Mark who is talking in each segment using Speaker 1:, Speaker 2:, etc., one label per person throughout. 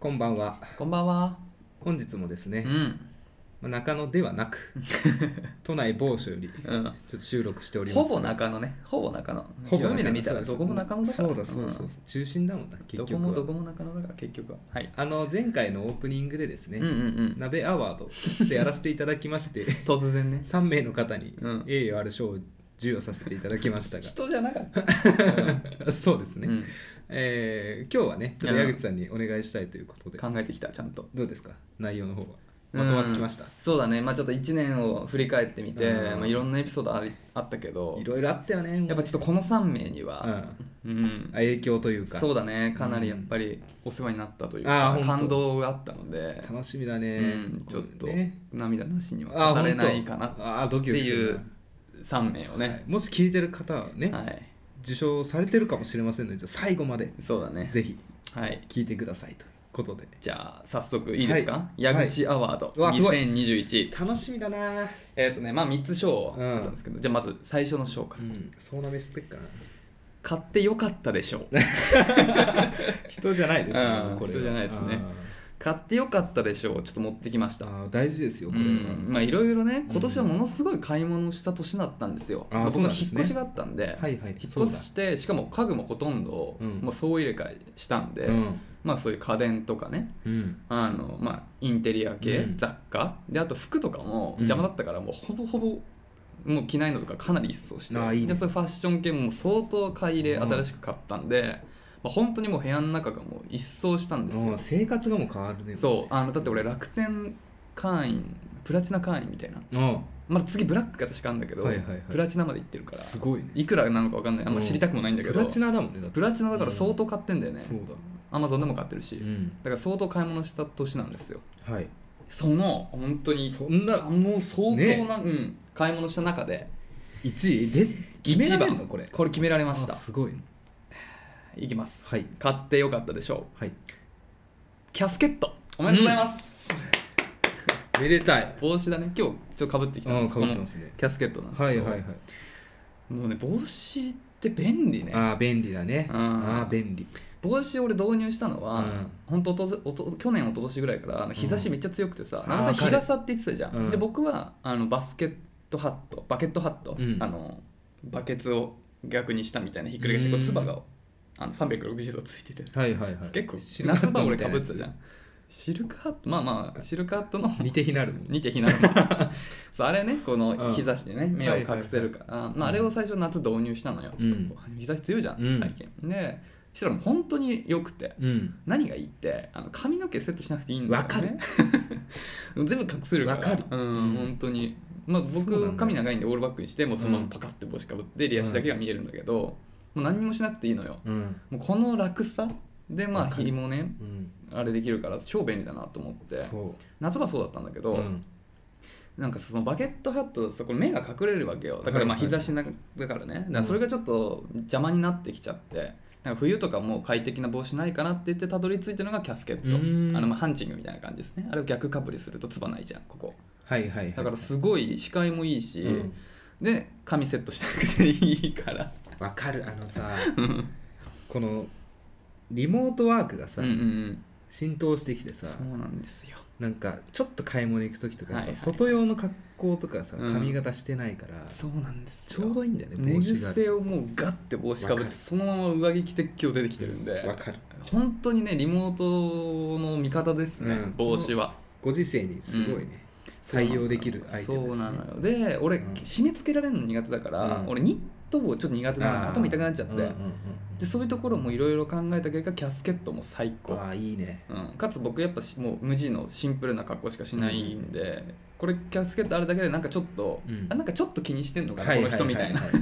Speaker 1: こんばんは。
Speaker 2: こんばんは。
Speaker 1: 本日もです
Speaker 2: う
Speaker 1: ね、
Speaker 2: ん。
Speaker 1: まあ中野ではなく、 都内某所よりち
Speaker 2: うん。
Speaker 1: ょっと収録しておりま
Speaker 2: ほ
Speaker 1: す。
Speaker 2: ぼ中野ね。ほぼ中野。
Speaker 1: ほぼ
Speaker 2: 広い
Speaker 1: 中
Speaker 2: 目で
Speaker 1: 野
Speaker 2: 見たら
Speaker 1: そうです
Speaker 2: どこも中野だから。
Speaker 1: そうだそうだそうだ、中心だもんな、
Speaker 2: うん
Speaker 1: 結
Speaker 2: どこ
Speaker 1: 局は
Speaker 2: もどこも中野だから、結局は。はい。
Speaker 1: あの、前回のオープニングでです
Speaker 2: う
Speaker 1: ね、
Speaker 2: んうんうん。
Speaker 1: 鍋アワードでやらせていただきま して、
Speaker 2: 突然ね。
Speaker 1: 3名の方に
Speaker 2: うん
Speaker 1: 栄誉ある賞を授与させていただきました
Speaker 2: 人じゃなかった。
Speaker 1: が、 そうですね、
Speaker 2: うん
Speaker 1: えー今日はね、ちょっと矢口さんにお願いしたいということで、
Speaker 2: 考えてきた、ちゃんと。
Speaker 1: どうですか、内容の方は。まとまってきました
Speaker 2: うん。そうだね。まあちょっと1年を振り返ってみて、
Speaker 1: うん
Speaker 2: まあいろんなエピソードありあったけど
Speaker 1: い、ろいろあったよね、
Speaker 2: やっぱちょっとこの3名に
Speaker 1: う
Speaker 2: は、
Speaker 1: ん
Speaker 2: うん。
Speaker 1: 影響というか。
Speaker 2: そうだね。かなりやっぱりお世話になったという
Speaker 1: あー
Speaker 2: か
Speaker 1: ほん、と
Speaker 2: 感動があったので、
Speaker 1: 楽しみだね、
Speaker 2: うん、ちょっと
Speaker 1: ね
Speaker 2: 涙なしに
Speaker 1: あ
Speaker 2: は
Speaker 1: ー
Speaker 2: 語れない
Speaker 1: ほんと
Speaker 2: かなっ
Speaker 1: あード
Speaker 2: て
Speaker 1: キドキす
Speaker 2: い
Speaker 1: る
Speaker 2: う3名を
Speaker 1: な
Speaker 2: ね、
Speaker 1: はいもし聞いてる方はね、
Speaker 2: はい、
Speaker 1: 受賞されてるかもしれませんのでじゃあ最後まで
Speaker 2: そうだね。
Speaker 1: ぜひ
Speaker 2: はい、
Speaker 1: 聞いてくださいということで
Speaker 2: じゃあ早速いいですか、
Speaker 1: はい
Speaker 2: 矢口アワード
Speaker 1: うわすごい
Speaker 2: 2021、
Speaker 1: 楽しみだな
Speaker 2: えっ、とねまあ3つ賞あったんですけど、じゃあまず最初の賞か
Speaker 1: う
Speaker 2: ら、
Speaker 1: んそうなめしてっかな
Speaker 2: 買ってよかったでしょう
Speaker 1: 人じゃないですね、
Speaker 2: うん
Speaker 1: これは
Speaker 2: 人じゃないですね買ってよかったでしょうちょっと持ってきまし
Speaker 1: あ
Speaker 2: た
Speaker 1: ーあー大事ですよ
Speaker 2: う
Speaker 1: これは、
Speaker 2: んまあいろいろね
Speaker 1: ん
Speaker 2: 今年はものすごい買い物をした年だったんですよ、
Speaker 1: あー
Speaker 2: 僕
Speaker 1: そう
Speaker 2: の
Speaker 1: なんです
Speaker 2: 引っ
Speaker 1: ね
Speaker 2: 越しがあったんで
Speaker 1: はいはい
Speaker 2: 引っ
Speaker 1: そう
Speaker 2: 越
Speaker 1: だ
Speaker 2: してしかも家具もほとんど
Speaker 1: うん
Speaker 2: もう総入れ替えしたんで、
Speaker 1: うん
Speaker 2: まあそういう家電とかね
Speaker 1: うん
Speaker 2: あのまあ、インテリア系、
Speaker 1: うん
Speaker 2: 雑貨であと服とかも
Speaker 1: うん
Speaker 2: 邪魔だったから、もうほぼほぼもう着ないのとかかなり一掃して
Speaker 1: あーいいね
Speaker 2: でそれファッション系も相当買い入れ
Speaker 1: うん
Speaker 2: 新しく買ったんで、まあ、本当にもう部屋の中がもう一掃したんです
Speaker 1: う
Speaker 2: よ
Speaker 1: ん、生活がもう変わるね
Speaker 2: そうあのだって俺楽天会員プラチナ会員みたいな
Speaker 1: ううん
Speaker 2: まだ次ブラックが確かあるんだけど、
Speaker 1: はいはいはい
Speaker 2: プラチナまで行ってるから
Speaker 1: すごいね
Speaker 2: いくらなのか分かんないあんま知りたくもないんだけど、
Speaker 1: プラチナだもんねだって
Speaker 2: プラチナだから相当買ってんだよね
Speaker 1: そうだ
Speaker 2: アマゾンでも買ってるし、だ
Speaker 1: ん
Speaker 2: から相当買い物した年なんですよ
Speaker 1: はい
Speaker 2: その本当に
Speaker 1: そんな
Speaker 2: もう相当
Speaker 1: ね
Speaker 2: な、うん、買い物した中で
Speaker 1: 1位で決められるのこれ
Speaker 2: これ決められました
Speaker 1: あすごいね
Speaker 2: いきます、
Speaker 1: はい
Speaker 2: 買ってよかったでしょう
Speaker 1: はい
Speaker 2: キャスケットおめでとうございます、
Speaker 1: めでたい
Speaker 2: 帽子だね今日ちょっとかぶってきたん
Speaker 1: う
Speaker 2: で
Speaker 1: ん
Speaker 2: す
Speaker 1: かぶってますね
Speaker 2: このキャスケットなんです
Speaker 1: は
Speaker 2: け
Speaker 1: い
Speaker 2: ど、
Speaker 1: はいはい
Speaker 2: もうね帽子って便利ね
Speaker 1: ああ便利だね
Speaker 2: うん
Speaker 1: ああ便利
Speaker 2: 帽子俺導入したのは、
Speaker 1: うん
Speaker 2: 本当おとおと去年一昨年ぐらいからあの日差しめっちゃ強くてさ、
Speaker 1: うん
Speaker 2: 長さん
Speaker 1: あー
Speaker 2: 日傘って言ってたじゃん、
Speaker 1: うん
Speaker 2: で僕はあのバスケットハットバケットハット、
Speaker 1: うん
Speaker 2: あのバケツを逆にしたみたいなひっくり返してこう
Speaker 1: うん
Speaker 2: つばがあの360度ついてる
Speaker 1: はいはいはい
Speaker 2: 結
Speaker 1: シ
Speaker 2: 構
Speaker 1: ルクハッ
Speaker 2: 夏
Speaker 1: ト
Speaker 2: 場
Speaker 1: み
Speaker 2: 俺
Speaker 1: た
Speaker 2: か
Speaker 1: いな
Speaker 2: ぶっ
Speaker 1: や
Speaker 2: て
Speaker 1: つ
Speaker 2: たじゃんシルクハットまあまあシルクハットの
Speaker 1: 似て非なる
Speaker 2: 似て非なる そうあれねこの日差しでね、目を隠せるから、まあ、あれを最初夏導入したのよ、
Speaker 1: うん
Speaker 2: ちょっとこう日差し強いじゃん、
Speaker 1: うん
Speaker 2: 最近でそしたらもう本当に良くて
Speaker 1: うん
Speaker 2: 何がいいってあの髪の毛セットしなくていいんだよ、ね、
Speaker 1: わかる
Speaker 2: 全部隠せるから
Speaker 1: わかる
Speaker 2: うん、
Speaker 1: うん
Speaker 2: 本当にまあ
Speaker 1: そうなんだ
Speaker 2: 僕
Speaker 1: よ
Speaker 2: 髪長いんでオールバックにしてもうそのままパカッて帽子かぶってリアシだけが見えるんだけど、もう何にもしなくていいのよ
Speaker 1: うん
Speaker 2: もうこの楽さでまあ
Speaker 1: わかる
Speaker 2: 日もね
Speaker 1: うん
Speaker 2: あれできるから超便利だなと思って
Speaker 1: そ
Speaker 2: 夏場そうだったんだけど、
Speaker 1: ううん
Speaker 2: なんかそのバケットハットだとそこ目が隠れるわけよだからまあ
Speaker 1: はいは
Speaker 2: 日
Speaker 1: い
Speaker 2: 差しなだからねだからそれがちょっと邪魔になってきちゃってなんか冬とかもう快適な帽子ないかなって言ってたどり着いたのがキャスケッ
Speaker 1: うー
Speaker 2: ト
Speaker 1: ん
Speaker 2: あのまあハンチングみたいな感じですねあれを逆かぶりするとつばないじゃんここ
Speaker 1: はいはいはい
Speaker 2: だからすごい視界もいいし、
Speaker 1: うん
Speaker 2: で髪セットしなくていいから
Speaker 1: わかるあのさ
Speaker 2: うん
Speaker 1: このリモートワークが
Speaker 2: う
Speaker 1: さ
Speaker 2: んうん
Speaker 1: 浸透してきてさ
Speaker 2: そうなんですよ
Speaker 1: なんかちょっと買い物行く時と
Speaker 2: は
Speaker 1: か
Speaker 2: いはい
Speaker 1: 外用の格好とかさ
Speaker 2: うん
Speaker 1: 髪型してないから
Speaker 2: そうなんです
Speaker 1: ち
Speaker 2: よ
Speaker 1: ょうどいいんだよね
Speaker 2: 寝
Speaker 1: 帽子がある
Speaker 2: 癖をもうガッて帽子かぶ
Speaker 1: わ
Speaker 2: っ
Speaker 1: か
Speaker 2: て
Speaker 1: る
Speaker 2: そのまま上着着て今日出てきてるんで、
Speaker 1: わかる
Speaker 2: 本当にねリモートの味方ですね、
Speaker 1: うん
Speaker 2: 帽子は
Speaker 1: ご時世にすごいね、対応できるアイテム
Speaker 2: そ
Speaker 1: で
Speaker 2: う
Speaker 1: す
Speaker 2: な
Speaker 1: ね
Speaker 2: のよで俺、
Speaker 1: うん
Speaker 2: 締め付けられるの苦手だから、
Speaker 1: うん
Speaker 2: 俺ニット帽ちょっと苦手なの
Speaker 1: あー
Speaker 2: 頭痛くなっちゃって、
Speaker 1: うんうんうん
Speaker 2: でそういうところもいろいろ考えた結果キャスケットも最
Speaker 1: うん
Speaker 2: 高、
Speaker 1: ああいいね
Speaker 2: うん、かつ僕やっぱしもう無地のシンプルな格好しかしないんで、これキャスケットあるだけでなんかちょっと、
Speaker 1: うん
Speaker 2: あなんかちょっと気にしてんのかな、
Speaker 1: はい
Speaker 2: この人みたいな、
Speaker 1: ははは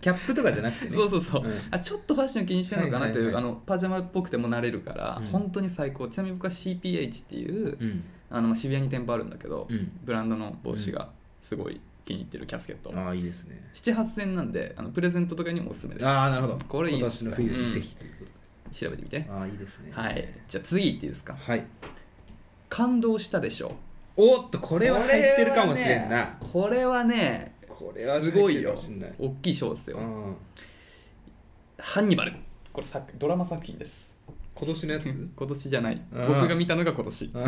Speaker 1: キャップとかじゃなくてね
Speaker 2: そうそうそう、
Speaker 1: うん
Speaker 2: あちょっとファッション気にしてんのかなという、
Speaker 1: はいはい
Speaker 2: あのパジャマっぽくても慣れるから、
Speaker 1: うん
Speaker 2: 本当に最高ちなみに僕は CPH っていう、
Speaker 1: うん
Speaker 2: あの渋谷に店舗あるんだけど、
Speaker 1: うん
Speaker 2: ブランドの帽子がすごい気に入ってるキャスケット、
Speaker 1: ああいいですね
Speaker 2: 78000なんであのプレゼントとかにもおすすめです
Speaker 1: ああなるほど
Speaker 2: これいい
Speaker 1: 今
Speaker 2: っ
Speaker 1: 年
Speaker 2: す
Speaker 1: の
Speaker 2: ね
Speaker 1: 冬
Speaker 2: う
Speaker 1: に
Speaker 2: ん
Speaker 1: ぜひということで、
Speaker 2: 調べてみて
Speaker 1: ああいいですね
Speaker 2: はいじゃあ次いっていいですか
Speaker 1: はい
Speaker 2: 感動したでしょ
Speaker 1: おっとこれは入ってるかもしれんな
Speaker 2: これはね
Speaker 1: これは
Speaker 2: すごい
Speaker 1: 入ってる
Speaker 2: よ
Speaker 1: かもしれない
Speaker 2: 大きい賞ですよ、
Speaker 1: うん
Speaker 2: ハンニバルこれ作ドラマ作品です
Speaker 1: 今年のやつ
Speaker 2: 今年じゃない
Speaker 1: あー
Speaker 2: 僕が見たのが今年
Speaker 1: あ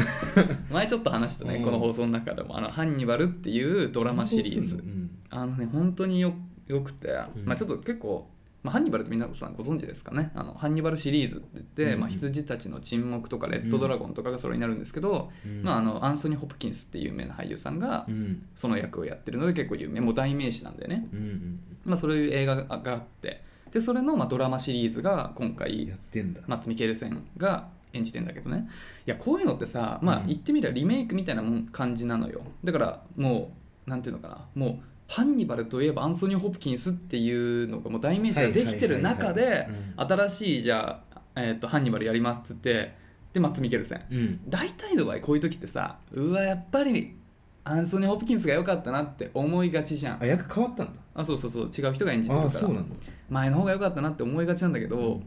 Speaker 2: 前ちょっと話したね
Speaker 1: うん
Speaker 2: この放送の中でも「あのハンニバル」っていうドラマシリーズ
Speaker 1: うん
Speaker 2: あのね本当によよくて、
Speaker 1: ん
Speaker 2: まあちょっと結構、まあ、ハンニバルって皆さんご存知ですかねあのハンニバルシリーズって言って、
Speaker 1: うん
Speaker 2: まあ、羊たちの沈黙とかレッドドラゴンとかがそれになるんですけど、まあ、あのアンソニー・ホプキンスっていう有名な俳優さんが
Speaker 1: うん
Speaker 2: その役をやってるので結構有名もう代名詞なんでね、
Speaker 1: うんうん
Speaker 2: まあ、そういう映画があってでそれのまあドラマシリーズが今
Speaker 1: う
Speaker 2: 回
Speaker 1: んやってんだ
Speaker 2: マッツ・ミケルセンが演じてんだけどねいやこういうのってさま
Speaker 1: う
Speaker 2: あ
Speaker 1: ん
Speaker 2: 言ってみればリメイクみたいなもん感じなのよだからもうなんていうのかなもうハンニバルといえばアンソニー・ホプキンスっていうのがもう代名詞ができてる中
Speaker 1: はいはい
Speaker 2: で
Speaker 1: はいはい
Speaker 2: 新しいじゃあ、えー、とハンニバルやりますっつってでマッツ・ミケルセン
Speaker 1: うん
Speaker 2: 大体の場合こういう時ってさうわやっぱりアンソニー・ホプキンスが良かったなって思いがちじゃん
Speaker 1: あ役変わったんだ
Speaker 2: あそうそうそう違う人が演じてる
Speaker 1: あ
Speaker 2: か
Speaker 1: あそうな
Speaker 2: ら
Speaker 1: んだ
Speaker 2: 前の方が良かったなって思いがちなんだけど、
Speaker 1: うん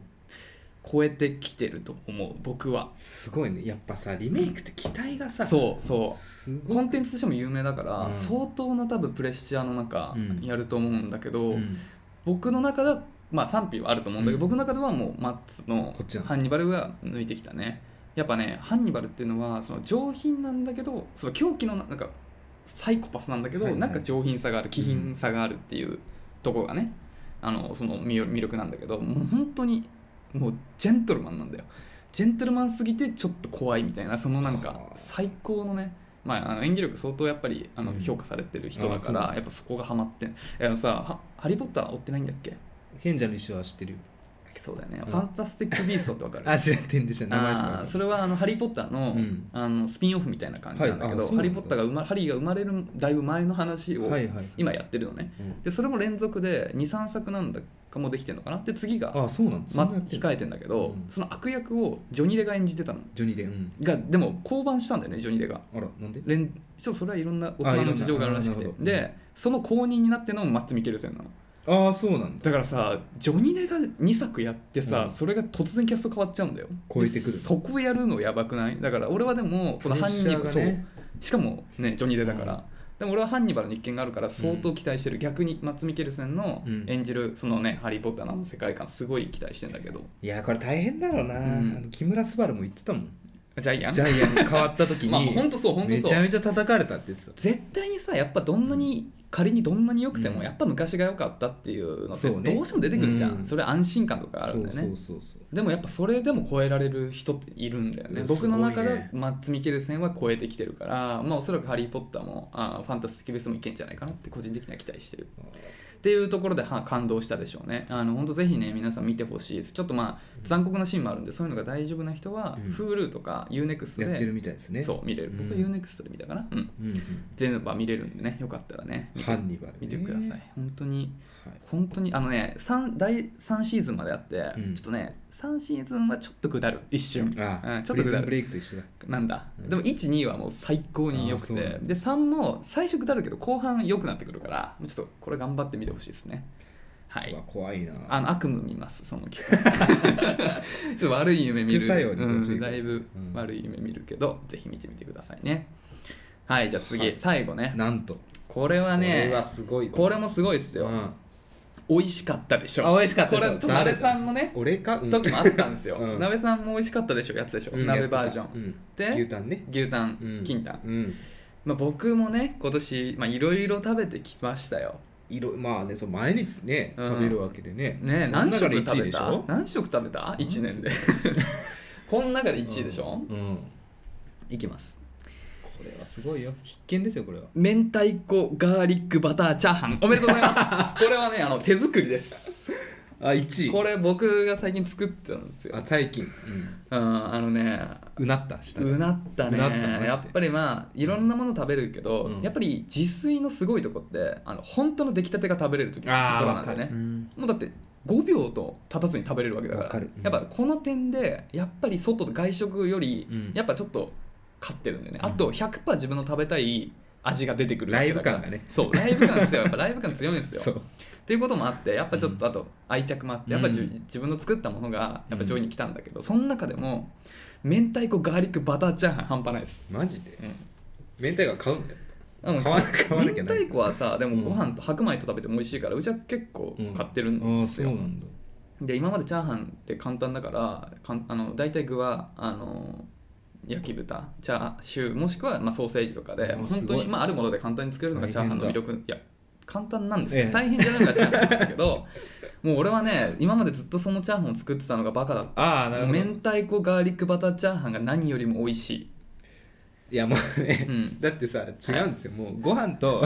Speaker 2: 超えてきてると思う僕は
Speaker 1: すごいねやっぱさリメイクって期待がさ
Speaker 2: そうそう
Speaker 1: すごい
Speaker 2: コンテンツとしても有名だから、
Speaker 1: うん
Speaker 2: 相当な多分プレッシャーの中
Speaker 1: うん
Speaker 2: やると思うんだけど、
Speaker 1: うん
Speaker 2: 僕の中ではまあ賛否はあると思うんだけど、
Speaker 1: うん
Speaker 2: 僕の中ではもうマッツの
Speaker 1: こっちなんだ
Speaker 2: ハンニバルが抜いてきたねやっぱねハンニバルっていうのはその上品なんだけどその狂気のななんかサイコパスなんだけど、
Speaker 1: はいはい
Speaker 2: なんか上品さがある気品さがあるっていうところがね、あのその魅魅力なんだけどもう本当にもうジェントルマンなんだよジェントルマンすぎてちょっと怖いみたいなそのなんか
Speaker 1: はあ
Speaker 2: 最高のねまあ、あの演技力相当やっぱりあの
Speaker 1: うん
Speaker 2: 評価されてる人
Speaker 1: あ
Speaker 2: だか
Speaker 1: あ
Speaker 2: ら、
Speaker 1: そう
Speaker 2: やっぱそこがハマってんあのさは「ハリー・ポッター」追ってないんだっけ
Speaker 1: 賢者の石は知ってるよ
Speaker 2: そうだよね、
Speaker 1: うん
Speaker 2: ファンタスティック・ビーストってわかる
Speaker 1: あ知らんてんでした名前しかわかん
Speaker 2: あ
Speaker 1: な
Speaker 2: ー
Speaker 1: い
Speaker 2: それはあのハリー・ポッターの,、
Speaker 1: うん
Speaker 2: あのスピンオフみたいな感じなんだけ
Speaker 1: はい
Speaker 2: ど、
Speaker 1: あそうなんだ
Speaker 2: ハリー・ポッターが生まハリーが生まれるだいぶ前の話を
Speaker 1: はいはい
Speaker 2: 今やってるのね、
Speaker 1: うん
Speaker 2: でそれも連続で23作なんだかもできてるのかなで次が、
Speaker 1: あそうなんだそ
Speaker 2: ま、
Speaker 1: んなやってんの
Speaker 2: 控えてんだけど、
Speaker 1: うん
Speaker 2: その悪役をジョニー・デが演じてたの
Speaker 1: ジョニーでうん
Speaker 2: がでも降板したんだよねジョニー・デが
Speaker 1: あらなんで
Speaker 2: 連ちょっとそれはいろんな大人の事情があるらしく
Speaker 1: あい
Speaker 2: て
Speaker 1: ろんなあーなるほ
Speaker 2: でその後任になってのマッツ・ミケルセンなの
Speaker 1: ああそうなんだ
Speaker 2: だからさジョニー・デが2作やってさ、
Speaker 1: うん
Speaker 2: それが突然キャスト変わっちゃうんだよ
Speaker 1: 超えてくる
Speaker 2: でそこやるのやばくないだから俺はでもこのハンニバ
Speaker 1: プレッ
Speaker 2: ル、
Speaker 1: シャーが
Speaker 2: ね
Speaker 1: ね、
Speaker 2: しかもねジョニー・デだから、
Speaker 1: うん
Speaker 2: でも俺はハンニバルの一件があるから相当期待してる、逆にマッツ・ミケルセンの
Speaker 1: うん
Speaker 2: 演じるそのね「ハリー・ポッター」のあの世界観すごい期待してんだけど
Speaker 1: いやこれ大変だろうな、
Speaker 2: うん
Speaker 1: あの木村昴も言ってたもん
Speaker 2: ジャイアン
Speaker 1: ジャイアンが変わった時に、
Speaker 2: まあ本当そう本当
Speaker 1: め
Speaker 2: そう
Speaker 1: ちゃめちゃ叩かれたって言ってた
Speaker 2: 絶対にさやっぱどんなに、仮にどんなに良くても、
Speaker 1: うん
Speaker 2: やっぱ昔が良かったっていうのって
Speaker 1: そうね
Speaker 2: どうしても出てくるじゃん、
Speaker 1: うん
Speaker 2: それ安心感とかあるんだよね
Speaker 1: そうそうそうそう
Speaker 2: でもやっぱそれでも超えられる人っているんだよね
Speaker 1: うん
Speaker 2: 僕の中
Speaker 1: すごい
Speaker 2: で
Speaker 1: ね
Speaker 2: マッツ・ミケルセンは超えてきてるから、まあ、おそらく「ハリー・ポッターも」あファンタスティック・ベースト」もいけんじゃないかなって個人的には期待してるっていうところでは感動したでしょうねあの本当ぜひね皆さん見てほしいですちょっとまあ残酷なシーンもあるんでそういうのが大丈夫な人は、
Speaker 1: うん
Speaker 2: Hulu とか UNEXT で
Speaker 1: やってるみたいですね
Speaker 2: そう見れる僕は
Speaker 1: うん
Speaker 2: UNEXT で見たかなうん
Speaker 1: う、うんうん、
Speaker 2: 全部は見れるんでねよかったらね見て
Speaker 1: ハンニバルね
Speaker 2: 見てください本当に
Speaker 1: はい
Speaker 2: 本当にあのね3第3シーズンまであって、
Speaker 1: うん
Speaker 2: ちょっとね3シーズンはちょっと下る一瞬
Speaker 1: あ
Speaker 2: う
Speaker 1: あ
Speaker 2: んちょっ
Speaker 1: プリ
Speaker 2: と
Speaker 1: ズ
Speaker 2: 下
Speaker 1: ンブレ
Speaker 2: る
Speaker 1: イクと一緒だ
Speaker 2: なんだ、
Speaker 1: うん
Speaker 2: でも12はもう最高に良くて
Speaker 1: あーそうなん
Speaker 2: で3も最初下るけど後半良くなってくるからちょっとこれ頑張ってみてほしいですねは
Speaker 1: うわ
Speaker 2: い
Speaker 1: 怖いな
Speaker 2: あの悪夢見ますその期 間ちょっと悪い夢見る
Speaker 1: 副作用に
Speaker 2: う
Speaker 1: ご注意
Speaker 2: ん、
Speaker 1: くだ
Speaker 2: だ
Speaker 1: さい
Speaker 2: いぶ
Speaker 1: うん
Speaker 2: 悪い夢見るけど、ぜひ見てみてくださいねはいじゃあ次、
Speaker 1: はい
Speaker 2: 最後ね
Speaker 1: なんと
Speaker 2: これは
Speaker 1: こ
Speaker 2: ね
Speaker 1: れはすごいぞ
Speaker 2: これもすごいっすよ、
Speaker 1: うん
Speaker 2: 美味しかったでしょ
Speaker 1: あ美味しかったでしょ
Speaker 2: これちょっと鍋さんのね
Speaker 1: 俺か、うん
Speaker 2: 時もあったんですよ、
Speaker 1: うん
Speaker 2: 鍋さんも美味しかったでしょやつでしょ、
Speaker 1: うん
Speaker 2: 鍋バージョン、
Speaker 1: うん、
Speaker 2: で
Speaker 1: 牛タンね、
Speaker 2: 牛タン、
Speaker 1: うん、
Speaker 2: 金タン、
Speaker 1: うん
Speaker 2: まあ、僕もね今年まあいろいろ食べてきましたよ
Speaker 1: 色まあねそう毎日ね、
Speaker 2: うん
Speaker 1: 食べるわけでね
Speaker 2: ね
Speaker 1: その
Speaker 2: 何食
Speaker 1: 中で1
Speaker 2: 食
Speaker 1: 位
Speaker 2: べ
Speaker 1: でしたょ
Speaker 2: 何食食べた1年でこの中で1位でしょ、
Speaker 1: うんうん
Speaker 2: いきます
Speaker 1: これはすごいよ必見ですよこれは
Speaker 2: 明太子ガーリックバターチャーハンおめでとうございますこれはねあの手作りです
Speaker 1: あ1位
Speaker 2: これ僕が最近作ってたんですよ
Speaker 1: あ最近、
Speaker 2: うんあのね
Speaker 1: うなったした
Speaker 2: うなったね
Speaker 1: うなったマジで
Speaker 2: やっぱりまあいろんなもの食べるけど、
Speaker 1: うん
Speaker 2: やっぱり自炊のすごいとこってあの本当の出来たてが食べれる時ところ
Speaker 1: ああ
Speaker 2: な
Speaker 1: わ
Speaker 2: ん
Speaker 1: か
Speaker 2: だよ
Speaker 1: る、う
Speaker 2: ね、
Speaker 1: ん
Speaker 2: もうだって5秒と経たずに食べれるわけだから
Speaker 1: わかるうん
Speaker 2: やっぱこの点でやっぱり外の外食より、
Speaker 1: うん
Speaker 2: やっぱちょっと勝ってるんだよね、
Speaker 1: うん
Speaker 2: あと100%自分の食べたい味が出てくるわけだから
Speaker 1: ライブ感がね
Speaker 2: そうライブ感ですよやっぱライブ感強いん ですよ
Speaker 1: そう
Speaker 2: っていうこともあってやっぱちょっとあと愛着もあってやっぱじゅ、
Speaker 1: うん
Speaker 2: 自分の作ったものがやっぱ上位に来たんだけど、その中でも明太子ガーリックバターチャーハン半端ないです、
Speaker 1: マジで
Speaker 2: うん
Speaker 1: 明太子買うんだよ
Speaker 2: あもう
Speaker 1: 買わ買わなきゃ
Speaker 2: 明
Speaker 1: な
Speaker 2: 太子はさで
Speaker 1: う
Speaker 2: も
Speaker 1: ん
Speaker 2: ご飯と白米と食べても美味しいからうちは結構買ってるんですよ、
Speaker 1: ああそうなんだ
Speaker 2: で今までチャーハンって簡単だからかんあの大体具はあの焼き豚チャーシューもしくは、まあ、ソーセージとかで
Speaker 1: お
Speaker 2: もう本当
Speaker 1: すご
Speaker 2: に、
Speaker 1: い
Speaker 2: まあ、あるもので簡単に作れるのがチャーハンの魅力いや簡単なんですよ、
Speaker 1: ええ
Speaker 2: 大変じゃないのがチャーハンなんだけどもう俺はね今までずっとそのチャーハンを作ってたのがバカだっ
Speaker 1: ああ
Speaker 2: た
Speaker 1: な
Speaker 2: も
Speaker 1: る
Speaker 2: う
Speaker 1: ほど
Speaker 2: 明
Speaker 1: い
Speaker 2: 太子ガーリックバターチャーハンが何よりも美味しい、
Speaker 1: やもうね、
Speaker 2: うん
Speaker 1: だってさ違うんですよ、もうご飯 と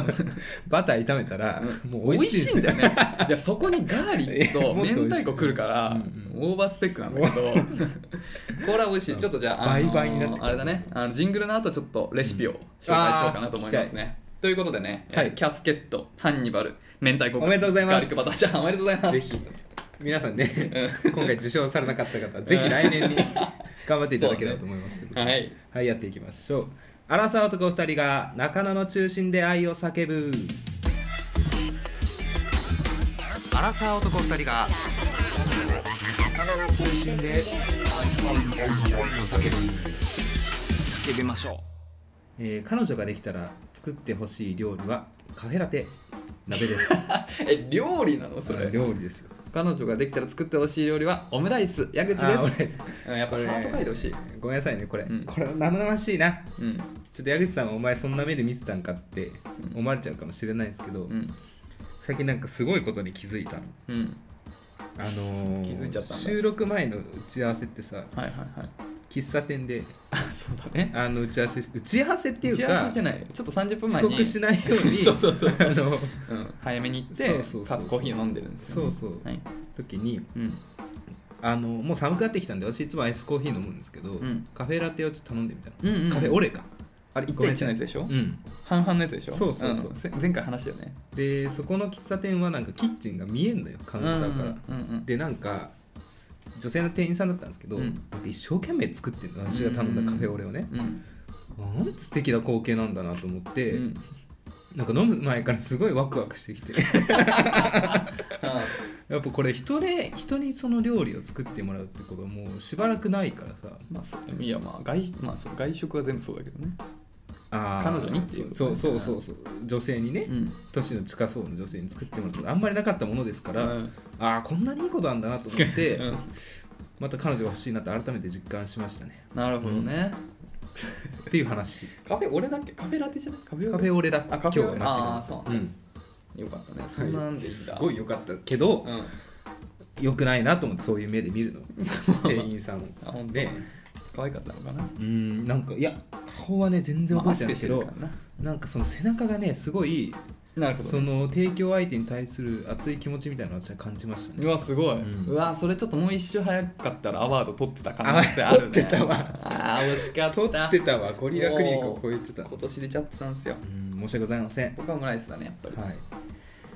Speaker 1: バター炒めたらもう
Speaker 2: 美
Speaker 1: 美
Speaker 2: 味
Speaker 1: 味しいんで
Speaker 2: しい
Speaker 1: す
Speaker 2: ん
Speaker 1: よ
Speaker 2: だよねいやそこにガーリック
Speaker 1: いや
Speaker 2: と
Speaker 1: もっと美味しい
Speaker 2: 明太子くるから
Speaker 1: うんう
Speaker 2: オーバースペックなんだけど これは美味しいちょっとじゃ ああのー
Speaker 1: 倍々になってくる
Speaker 2: あれだねあのジングルの後ちょっとレシピを紹介しようかなと思いますねということでね、えー
Speaker 1: はい
Speaker 2: キャスケットハンニバル明太子
Speaker 1: おめでとうございます
Speaker 2: ガーリックバターチャーハンおめでとうございます
Speaker 1: ぜひ皆さんね今回受賞されなかった方はぜひ来 年に頑張っていただければと思います、
Speaker 2: はい
Speaker 1: はいやっていきましょう荒沢男2人が中野の中心で愛を叫ぶ荒沢男2人が
Speaker 2: 叫びましょ
Speaker 1: えー彼女ができたら作ってほしい料理はカフェラテ鍋です
Speaker 2: うえ料理なの それ
Speaker 1: 料理ですよ
Speaker 2: 彼女ができたら作ってほしい料理はオムライス矢口です
Speaker 1: あーオムライス
Speaker 2: うんやっぱハート書いてほしい、
Speaker 1: ごめんなさいねこれ、
Speaker 2: うん
Speaker 1: これ生々しいな
Speaker 2: うん
Speaker 1: ちょっと矢口さんお前そんな目で見てたんかって思われちゃうかもしれないですけど、
Speaker 2: うん
Speaker 1: 最近なんかすごいことに気づいたの
Speaker 2: うん
Speaker 1: あのー
Speaker 2: 気づいちゃったんだ
Speaker 1: 収録前の打ち合わせってさ
Speaker 2: はいはいはい
Speaker 1: 喫茶店で
Speaker 2: あそうだね
Speaker 1: あの打ち合わせ打ち合わせってい
Speaker 2: 打
Speaker 1: う
Speaker 2: ち合わ
Speaker 1: か
Speaker 2: せじゃないちょっと30分前
Speaker 1: 遅
Speaker 2: に
Speaker 1: 刻しないように
Speaker 2: そうそうそう
Speaker 1: あの
Speaker 2: うん、早めに行って
Speaker 1: そうそうそう
Speaker 2: カップコーヒーを飲んでるんですよ、ね、
Speaker 1: そうそう
Speaker 2: はい
Speaker 1: 時に
Speaker 2: うん、
Speaker 1: あのもう寒くなってきたんで私いつもアイスコーヒー飲むんですけど、
Speaker 2: ん
Speaker 1: カフェラテをちょっと頼んでみた
Speaker 2: うんうんう
Speaker 1: の
Speaker 2: ん
Speaker 1: カフェオレか、
Speaker 2: あれ1
Speaker 1: ごめん
Speaker 2: 対
Speaker 1: なさ
Speaker 2: 1の
Speaker 1: い
Speaker 2: やつでしょ、
Speaker 1: うん
Speaker 2: 半々のやつでしょ
Speaker 1: そうそうそうん
Speaker 2: せ前回話したよね
Speaker 1: でそこの喫茶店はなんかキッチンが見えんのよカウンターから、
Speaker 2: うんうんうんうん
Speaker 1: でなんか女性の店員さんだったんですけど、
Speaker 2: うん
Speaker 1: なんか一生懸命作ってるの私が頼んだカフェオレをね、
Speaker 2: うん
Speaker 1: なんて素敵な光景なんだなと思って、
Speaker 2: うん
Speaker 1: なんか飲む前からすごいワクワクしてきて
Speaker 2: あ
Speaker 1: やっぱこれ人で人にその料理を作ってもらうってことはもうしばらくないからさ
Speaker 2: まあそういやまあ外,、まあ、そう外食は全部そうだけどね
Speaker 1: あー
Speaker 2: 彼女にっていうこと
Speaker 1: そう
Speaker 2: ね
Speaker 1: そうそうそう女性にね、
Speaker 2: うん
Speaker 1: 年の近そうな女性に作ってもらったことあんまりなかったものですから、
Speaker 2: うん
Speaker 1: ああこんなにいいことなんだなと思って、
Speaker 2: うん
Speaker 1: また彼女が欲しいなと改めて実感しましたね
Speaker 2: なるほどね、
Speaker 1: っていう話
Speaker 2: カフェ俺だっけカフェラテじゃないカフェ
Speaker 1: カ
Speaker 2: オ
Speaker 1: フ
Speaker 2: レ
Speaker 1: ェオレだ
Speaker 2: あ
Speaker 1: 今
Speaker 2: カフ
Speaker 1: 日
Speaker 2: ェオ
Speaker 1: は
Speaker 2: レあー
Speaker 1: 間
Speaker 2: そ
Speaker 1: 違
Speaker 2: う
Speaker 1: えうん
Speaker 2: よかったねそんなんでいいん
Speaker 1: す
Speaker 2: だ、
Speaker 1: ごい良かったけど、
Speaker 2: うん
Speaker 1: 良くないなと思ってそういう目で見る の店員さんを
Speaker 2: あ本当
Speaker 1: で
Speaker 2: 可愛かったのかな
Speaker 1: うんなんかいや顔はね全然覚えてないんですけど、
Speaker 2: まあアスペしてるから
Speaker 1: なんかその背中がねすごい
Speaker 2: ななるほどね、
Speaker 1: その提供相手に対する熱い気持ちみたいなのを私は感じました
Speaker 2: う
Speaker 1: ね
Speaker 2: わすごい、う
Speaker 1: うん
Speaker 2: わそれちょっともう一周早かったらアワード取ってた可能性あ
Speaker 1: あ取っ
Speaker 2: るね
Speaker 1: てたわ
Speaker 2: あー惜しかった
Speaker 1: 撮ってたわゴリラクリニックを超えてた
Speaker 2: 今年出ちゃってたんですよ
Speaker 1: うん申し訳ございません。
Speaker 2: 僕はオムライスだねやっぱり、
Speaker 1: はい。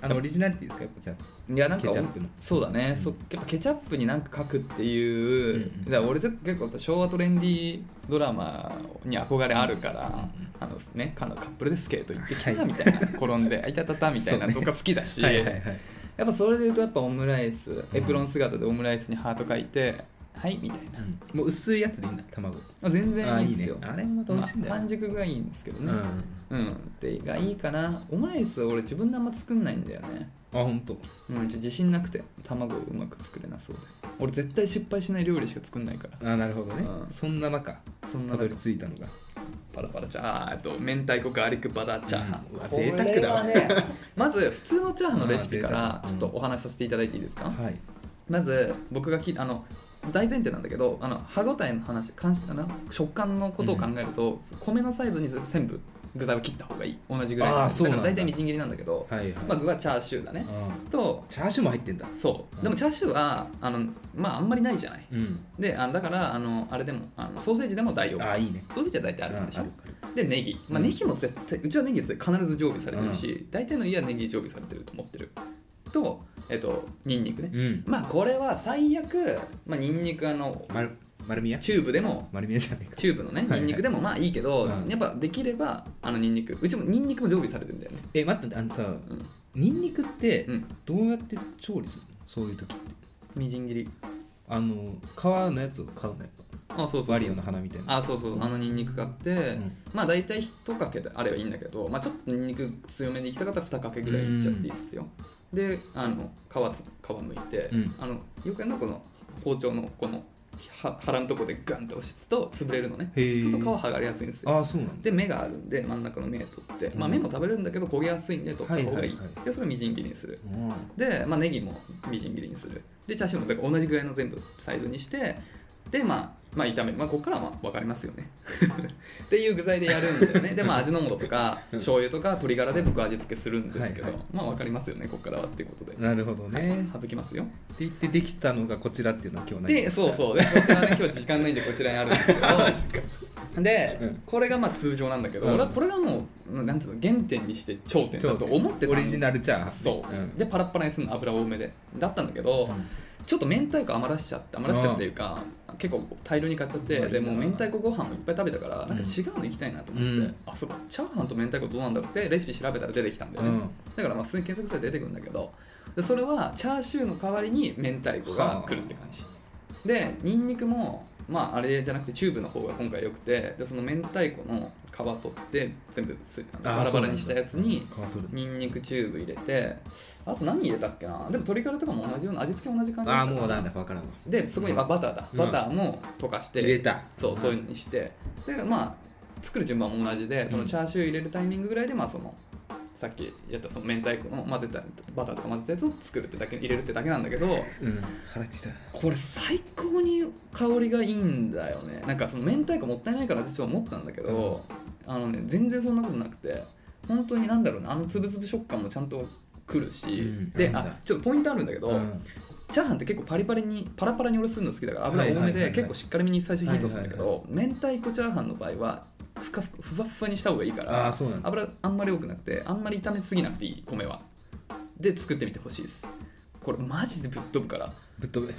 Speaker 1: あのオリジナリティですかやっぱキャッチ。
Speaker 2: い、やなんか
Speaker 1: ケチャップの
Speaker 2: そうだね、そやっぱケチャップになんか書くっていう、
Speaker 1: うんうん
Speaker 2: だから俺結構やっぱ昭和トレンディードラマに憧れあるから、あのねかのカップルでスケート行ってきた みたいな、転んであいたたたみたいな
Speaker 1: そうね
Speaker 2: とか好きだし、
Speaker 1: はい。
Speaker 2: やっぱそれで言うとやっぱオムライスエプロン姿でオムライスにハート書いて、はいみたいな、
Speaker 1: うんもう薄いやつでいいんだ卵。
Speaker 2: まあ、全然
Speaker 1: あ
Speaker 2: い
Speaker 1: ー
Speaker 2: い
Speaker 1: い
Speaker 2: で
Speaker 1: いね
Speaker 2: すよ。
Speaker 1: あれもまた美味しいんだよ
Speaker 2: まあ半熟がいいんですけどね。うん。で、がいいかな。オムライスは俺自分であんま作んないんだよね。
Speaker 1: あ本当。
Speaker 2: うん、ちょ自信なくて卵をうまく作れなそうで。俺絶対失敗しない料理しか作んないから。
Speaker 1: あなるほどね
Speaker 2: う。ん
Speaker 1: そんな中
Speaker 2: そんな
Speaker 1: たどり着いたのが。
Speaker 2: パラパラチャーハンと明太子ガーリックバターチャーハン。
Speaker 1: うんうわ贅沢だわ
Speaker 2: これはね まず普通のチャーハンのレシピから
Speaker 1: うん
Speaker 2: ちょっとお話しさせていただいていいですか、
Speaker 1: はい。
Speaker 2: まず僕がきあの大前提なんだけどあの歯ごたえの話感しあの食感のことを考えると、米のサイズに全部具材を切った方がいい同じぐらいの
Speaker 1: あーそうなんだ
Speaker 2: だから大体みじん切りなんだけど、
Speaker 1: はいはい。
Speaker 2: まあ、具はチャーシューだね
Speaker 1: うん
Speaker 2: と
Speaker 1: チャーシューも入ってんだ。
Speaker 2: そうでもチャーシューはあの、まあ、あんまりないじゃない
Speaker 1: うん。
Speaker 2: であだからあのあれでもあのソーセージでも代用
Speaker 1: あいいね。
Speaker 2: ソーセージは大体あるんでしょ
Speaker 1: うんある
Speaker 2: でネギ、まあ、
Speaker 1: うん
Speaker 2: ネギも絶対うちはネギは絶対必ず常備されてるし、大体の家はネギ常備されてると思ってるとえっとニンニクね
Speaker 1: あるうん。
Speaker 2: まあこれは最悪、まあ、ニンニクあの
Speaker 1: 丸丸みや。
Speaker 2: チューブでも
Speaker 1: 丸みやじゃないか。
Speaker 2: チューブのね
Speaker 1: いはい
Speaker 2: ニンニクでもまあいいけど、
Speaker 1: うん
Speaker 2: やっぱできればあのニンニクうちもニンニクも常備されてるんだよね
Speaker 1: え待ってあのさ
Speaker 2: うん、
Speaker 1: ニンニクって
Speaker 2: うん、
Speaker 1: どうやって調理するの？そういう時って。
Speaker 2: みじん切り
Speaker 1: あの皮のやつを買うのよ。
Speaker 2: あそうそう
Speaker 1: ワリオの花みたいな。
Speaker 2: あそうそうあのニンニク買って、
Speaker 1: ん
Speaker 2: まあ大体1かけであればいいんだけど、まあ、ちょっとニンニク強めにいきたかったら2かけぐらいいっちゃっていいですよ、であの皮つ皮むいて、
Speaker 1: うん
Speaker 2: あのよくやるのはこの包丁のこのは腹のとこでガンって押しつと潰れるのね
Speaker 1: へー
Speaker 2: そうすると皮剥がれやすいんですよ
Speaker 1: ああそうなんだ
Speaker 2: で目があるんで真ん中の目取って、まあ、
Speaker 1: うん
Speaker 2: 目も食べれるんだけど焦げやすいんで取った方がいい,、
Speaker 1: はいはいは
Speaker 2: でそれをみじん切りにする
Speaker 1: うん
Speaker 2: で、まあ、ネギもみじん切りにするでチャーシューもだから同じぐらいの全部サイズにしてでまあまあ炒める、まあ、ここからはまあ分かりますよね っていう具材でやるんですよねでまあ味の素とか
Speaker 1: うん
Speaker 2: 醤油とか鶏ガラで僕味付けするんですけど、
Speaker 1: はいは
Speaker 2: まあ分かりますよねここからはっていうことで、
Speaker 1: なるほどね、って
Speaker 2: 省きますよ
Speaker 1: 言ってできたのがこちらっていうのは今日ない
Speaker 2: でそうそうでこちらね今日時間ないんでこちらにあるんですけ どで、
Speaker 1: うん
Speaker 2: これがまあ通常なんだけど、
Speaker 1: うん
Speaker 2: 俺はこれがもうなんつうの原点にして頂点だと思ってたの
Speaker 1: オリジナルチャーハンね
Speaker 2: そう、
Speaker 1: うん
Speaker 2: でパラッパラにするの油多めでだったんだけど、ちょっと明太子余らしちゃって余らしちゃっていうか、結構大量に買っちゃって、
Speaker 1: うん
Speaker 2: でもう明太子ご飯もいっぱい食べたからなんか
Speaker 1: うん
Speaker 2: 違うの行きたいなと思って、
Speaker 1: うん
Speaker 2: あそうかチャーハンと明太子どうなんだろうってレシピ調べたら出てきたんだよね、
Speaker 1: うん
Speaker 2: だからまあ普通に検索したら出てくるんだけどでそれはチャーシューの代わりに明太子が来るって感じでニンニクもまああれじゃなくてチューブの方が今回良くてでその明太子の皮取って全部すあ
Speaker 1: あ
Speaker 2: の
Speaker 1: ー
Speaker 2: バラバラにしたやつに
Speaker 1: そうなんだ皮取る
Speaker 2: ニンニクチューブ入れてあと何入れたっけなでも鶏からとかも同じような味付けも同じ感じ
Speaker 1: ああ
Speaker 2: った
Speaker 1: もうなんだ分からんわ
Speaker 2: でそこにあバターだ
Speaker 1: うん
Speaker 2: バターも溶かして、
Speaker 1: 入れた
Speaker 2: そうそういうのにしてでまあ作る順番も同じでそのチャーシュー入れるタイミングぐらいでまあそのさっきやったその明太子の混ぜたバターとか混ぜたやつを作るってだけ入れるってだけなんだけど
Speaker 1: うん腹ってきた
Speaker 2: これ最高に香りがいいんだよねなんかその明太子もったいないからってちょっと思ったんだけど、あのね全然そんなことなくて本当になんだろうねあのつぶつぶ食感もちゃんとくるし、
Speaker 1: うん
Speaker 2: で
Speaker 1: なんだ
Speaker 2: あちょっとポイントあるんだけど、
Speaker 1: うん
Speaker 2: チャーハンって結構パリパリにパラパラに俺するの好きだから油多
Speaker 1: は
Speaker 2: め
Speaker 1: いはいはいは
Speaker 2: で
Speaker 1: い
Speaker 2: 結構しっかりめに最初火通すんだけ
Speaker 1: は
Speaker 2: ど明太子チャーハンの場合はふかふかふわっふわにした方がいいか
Speaker 1: あ
Speaker 2: ら
Speaker 1: ーそうなんだ
Speaker 2: 油あんまり多くなくてあんまり炒めすぎなくていい米はで作ってみてほしいですこれマジでぶっ飛ぶからも
Speaker 1: ぶっ飛ぶ
Speaker 2: う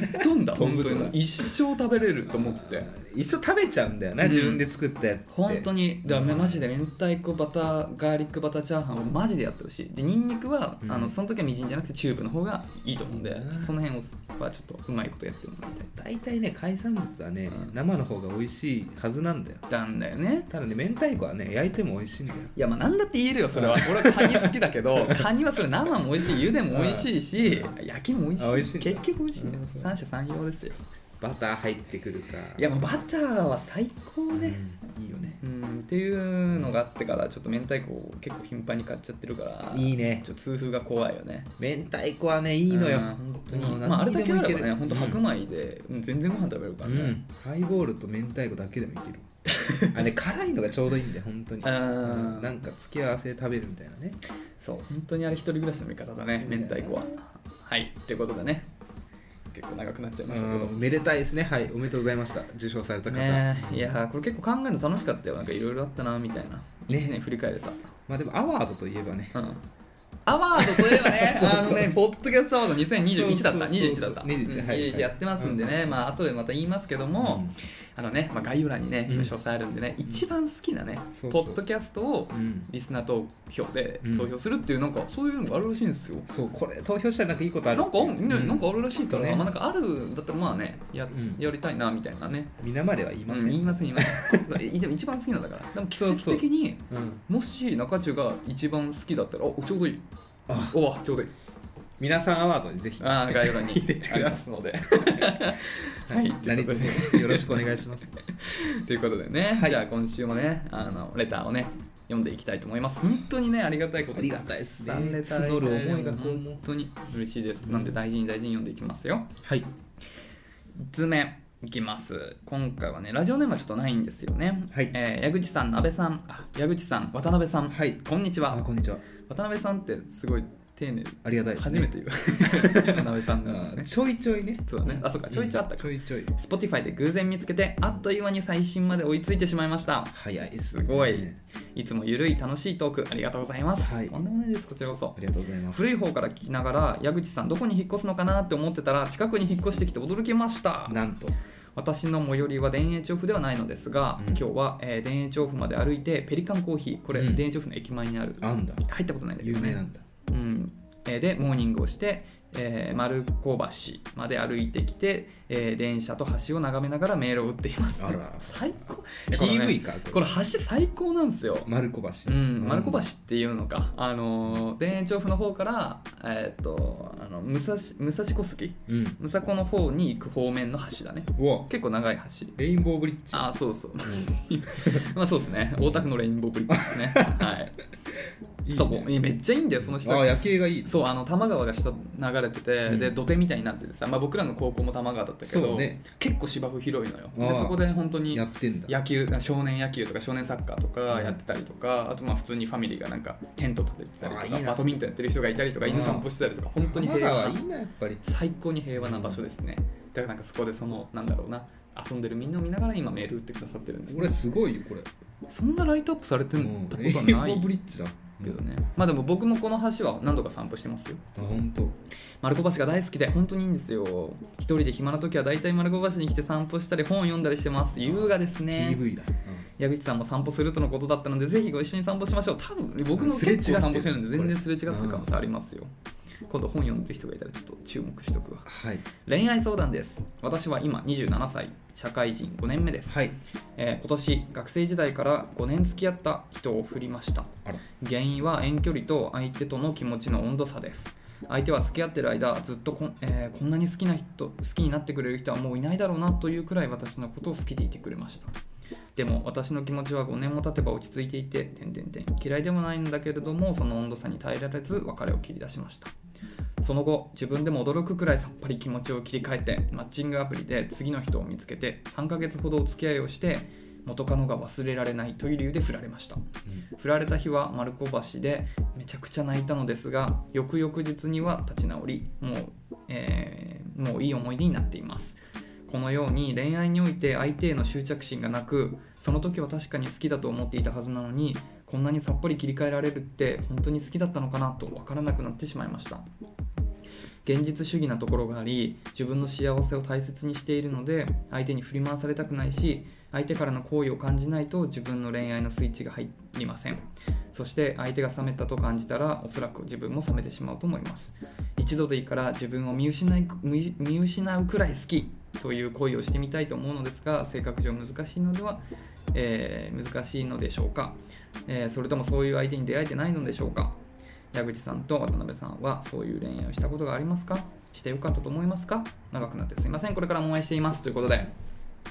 Speaker 2: ぶっ飛んだ
Speaker 1: 飛
Speaker 2: 本
Speaker 1: ぶぞ
Speaker 2: 当に一生食べれると思って
Speaker 1: 一緒食べちゃうんだよな、
Speaker 2: うん
Speaker 1: 自分で作ったやつって
Speaker 2: 本当
Speaker 1: に
Speaker 2: にだからマジで明太子バターガーリックバターチャーハンをマジでやってほしいでニンニクは、
Speaker 1: うん
Speaker 2: あのその時はみじんじゃなくてチューブの方がいいと思うんで、
Speaker 1: うん
Speaker 2: その辺はちょっとうまいことやってもらいたい
Speaker 1: 大体ね海産物はね、
Speaker 2: うん
Speaker 1: 生の方が美味しいはずなんだよ
Speaker 2: ったんだよね
Speaker 1: ただね明太子はね焼いても美味しいんだよ
Speaker 2: いやまあ何だって言えるよそれは俺はカニ好きだけ どカニはそれ生も美味しい茹でも美味しいし焼きも美
Speaker 1: あ美
Speaker 2: 味
Speaker 1: 味
Speaker 2: し
Speaker 1: し
Speaker 2: い
Speaker 1: いんだ
Speaker 2: 結局美味しいね
Speaker 1: うんそう
Speaker 2: 三者三様ですよ
Speaker 1: バター入ってくるか
Speaker 2: いやまあバターは最高ね
Speaker 1: うんいいよね
Speaker 2: うんっていうのがあってからちょっと明太子を結構頻繁に買っちゃってるから
Speaker 1: いいね
Speaker 2: ちょっと痛風が怖いよね
Speaker 1: 明太子はねいいのよ
Speaker 2: うん
Speaker 1: 本当
Speaker 2: うん
Speaker 1: に
Speaker 2: まああれだけあればね
Speaker 1: 何
Speaker 2: 本
Speaker 1: にでもいけ
Speaker 2: 当白
Speaker 1: る
Speaker 2: 米でうん全然ご飯食べるか
Speaker 1: う
Speaker 2: ら
Speaker 1: んう
Speaker 2: ね
Speaker 1: んハイボールと明太子だけでもいける あれ辛いのがちょうどいいんだよ本当に
Speaker 2: うん
Speaker 1: なんか付き合わせで食べるみたいなね
Speaker 2: そう本当にあれ一人暮らしの味方だね明太子ははいということでね結構長くなっちゃいましたけど
Speaker 1: うんめでたいですねはいおめでとうございました受賞された方、
Speaker 2: ねえいやーこれ結構考えるの楽しかったよなんかいろいろあったなみたいな1年振り返れた、
Speaker 1: まあでもアワードといえばね
Speaker 2: うんアワードといえばね
Speaker 1: そうそう
Speaker 2: あのねポッドキャストアワード2021だった
Speaker 1: そうそう
Speaker 2: 21
Speaker 1: そ
Speaker 2: だ
Speaker 1: う
Speaker 2: った
Speaker 1: 21
Speaker 2: うん
Speaker 1: はい
Speaker 2: 21やってますんでね、まあ後でまた言いますけども、
Speaker 1: うん
Speaker 2: あのね、まあ、概要欄にね
Speaker 1: うん
Speaker 2: 詳細あるんでね、一番好きなね、
Speaker 1: そう
Speaker 2: ポ
Speaker 1: そう
Speaker 2: ッドキャストを
Speaker 1: うん
Speaker 2: リスナー投票で
Speaker 1: うん
Speaker 2: 投票するっていうなんかそういうのがあるらしいんですよ、
Speaker 1: そうこれ投票したらなんかいいことあ
Speaker 2: なん
Speaker 1: る
Speaker 2: かあんねなんかあるらしいから、
Speaker 1: ね
Speaker 2: まあ、なんかあるんだったらまあねや,、
Speaker 1: うん
Speaker 2: やりたいなみたいなね
Speaker 1: 皆までは言いませ
Speaker 2: うん、言い
Speaker 1: ん
Speaker 2: ません言いませ んいでも一番好きなんだからでも奇
Speaker 1: そう
Speaker 2: 跡
Speaker 1: そう
Speaker 2: 的に
Speaker 1: うん
Speaker 2: もし中中が一番好きだったらおちょうどいい
Speaker 1: あ
Speaker 2: おわちょうどいい
Speaker 1: 皆さんアワードにぜひ
Speaker 2: ああ概要欄に 入れて
Speaker 1: くだ
Speaker 2: すので
Speaker 1: は
Speaker 2: はい
Speaker 1: い、
Speaker 2: とい
Speaker 1: 何
Speaker 2: うこと
Speaker 1: と
Speaker 2: で
Speaker 1: ぞよろしくお願いします。
Speaker 2: ということでね、
Speaker 1: はい
Speaker 2: じゃあ今週もねあのレターをね読んでいきたいと思います本当にねありがたいこと
Speaker 1: ありがたいですね
Speaker 2: たくさんレターいただいて
Speaker 1: 募る思いがこう
Speaker 2: 本当に嬉しいですなんで大事に大事に読んでいきますよ
Speaker 1: はい、
Speaker 2: 1つ目いきます今回はねラジオネームはちょっとないんですよね、
Speaker 1: はい
Speaker 2: えー矢口さん阿部さんあ矢口さん渡辺さん、
Speaker 1: はい
Speaker 2: こんにち
Speaker 1: あ、
Speaker 2: は
Speaker 1: こんにちは。
Speaker 2: 渡辺さんってすごい丁寧
Speaker 1: ありがたいです、
Speaker 2: 初
Speaker 1: ね。
Speaker 2: めて言う 渡辺さんなん
Speaker 1: あ
Speaker 2: ですね
Speaker 1: ちょいちょいね。
Speaker 2: そうだねあそうかちょいちょいあったか
Speaker 1: ちょいちょい。
Speaker 2: Spotify で偶然見つけてあっという間に最新まで追いついてしまいました
Speaker 1: 早いです、
Speaker 2: すごいいつもゆるい楽しいトークありがとうございます、
Speaker 1: はい
Speaker 2: とんでもないですこちらこそ
Speaker 1: ありがとうございます。
Speaker 2: 古い方から聞きながら矢口さんどこに引っ越すのかなって思ってたら近くに引っ越してきて驚きました
Speaker 1: なんと。
Speaker 2: 私の最寄りは田園調布ではないのですが、
Speaker 1: うん
Speaker 2: 今日は、えー田園調布まで歩いてペリカンコーヒーこれ、
Speaker 1: うん
Speaker 2: 田園調布の駅前にある
Speaker 1: あんだ。
Speaker 2: 入ったことないんだけ
Speaker 1: 有
Speaker 2: どね
Speaker 1: 名なんだ。
Speaker 2: うん、えーでモーニングをして、えー丸子橋まで歩いてきて、えー電車と橋を眺めながらメールを打っています
Speaker 1: あら
Speaker 2: 最高
Speaker 1: え
Speaker 2: これね
Speaker 1: PV か
Speaker 2: これ橋最高なんですよ
Speaker 1: マルコ橋
Speaker 2: うん、丸子橋っていうのか、あのー田園調布の方から、えーっとあの武蔵武蔵小杉
Speaker 1: うん
Speaker 2: 武蔵小の方に行く方面の橋だね
Speaker 1: うわ
Speaker 2: 結構長い橋
Speaker 1: レインボーブリッジ
Speaker 2: ああそうそう
Speaker 1: うん
Speaker 2: まあそうですね大田区のレインボーブリッジで すねはい
Speaker 1: いいね
Speaker 2: そこめっちゃいいんだよその下
Speaker 1: あ夜景がいい
Speaker 2: そうあの多摩川が下流れてて、
Speaker 1: うん
Speaker 2: で土手みたいになっててさ、まあ、僕らの高校も多摩川だったけ
Speaker 1: そ
Speaker 2: ど、
Speaker 1: うね
Speaker 2: 結構芝生広いのよ
Speaker 1: あ
Speaker 2: で
Speaker 1: ー
Speaker 2: そこで本当に
Speaker 1: やってんだ
Speaker 2: 野球少年野球とか少年サッカーとか
Speaker 1: うん
Speaker 2: やってたりとか、あとまあ普通にファミリーがなんかテント立ててたりと
Speaker 1: あ
Speaker 2: か
Speaker 1: いいな
Speaker 2: バドミントンやってる人がいたりとか
Speaker 1: うん
Speaker 2: 犬散歩してたりとか本当に
Speaker 1: 多摩
Speaker 2: 平和
Speaker 1: 川
Speaker 2: ない
Speaker 1: いなやっぱり
Speaker 2: 最高に平和な場所ですねだからなんかそこでそのなんだろうな遊んでるみんなを見ながら今メール打ってくださってるんです、ね
Speaker 1: 俺、すごいよこれ
Speaker 2: そんなライトアップされて
Speaker 1: う
Speaker 2: る
Speaker 1: ん
Speaker 2: たこ
Speaker 1: レインボ
Speaker 2: とはない
Speaker 1: ーブリッジだ
Speaker 2: けどねまあでも僕もこの橋は何度か散歩してますよ
Speaker 1: あ本当。
Speaker 2: 丸子橋が大好きで本当にいいんですよ一人で暇な時は大体丸子橋に来て散歩したり本読んだりしてます優雅ですね
Speaker 1: PV だ
Speaker 2: 矢口さんも散歩するとのことだったのでぜひご一緒に散歩しましょう多分僕も
Speaker 1: すれ違って
Speaker 2: 結
Speaker 1: る
Speaker 2: 構散歩してるんで
Speaker 1: こ
Speaker 2: 全
Speaker 1: れ
Speaker 2: 然すれ違ってる可能性ありますよ今度本読んでる人がいたらちょっと注目しとくわ
Speaker 1: はい
Speaker 2: 恋愛相談です私は今27歳社会人5年目です、
Speaker 1: はい
Speaker 2: えー今年学生時代から5年付き合った人を振りました
Speaker 1: あら
Speaker 2: 原因は遠距離と相手との気持ちの温度差です相手は付き合ってる間ずっとこん,、えーこんなに好きな人好きになってくれる人はもういないだろうなというくらい私のことを好きでいてくれましたでも私の気持ちは5年も経てば落ち着いていて点々点嫌いでもないんだけれどもその温度差に耐えられず別れを切り出しましたその後自分でも驚くくらいさっぱり気持ちを切り替えてマッチングアプリで次の人を見つけて3ヶ月ほどお付き合いをして元カノが忘れられないという理由で振られました振られた日は丸子橋でめちゃくちゃ泣いたのですが翌々日には立ち直りもう,、えーもういい思い出になっていますこのように恋愛において相手への執着心がなくその時は確かに好きだと思っていたはずなのにこんなにさっぱり切り替えられるって本当に好きだったのかなと分からなくなってしまいました現実主義なところがあり自分の幸せを大切にしているので相手に振り回されたくないし相手からの好意を感じないと自分の恋愛のスイッチが入りませんそして相手が冷めたと感じたらおそらく自分も冷めてしまうと思います一度でいいから自分を見失い見見失うくらい好きという恋をしてみたいと思うのですが性格上難しいのでは、えー難しいのでしょうか、えーそれともそういう相手に出会えてないのでしょうか矢口さんと渡辺さんはそういう恋愛をしたことがありますかしてよかったと思いますか長くなってすいませんこれからも応援していますということで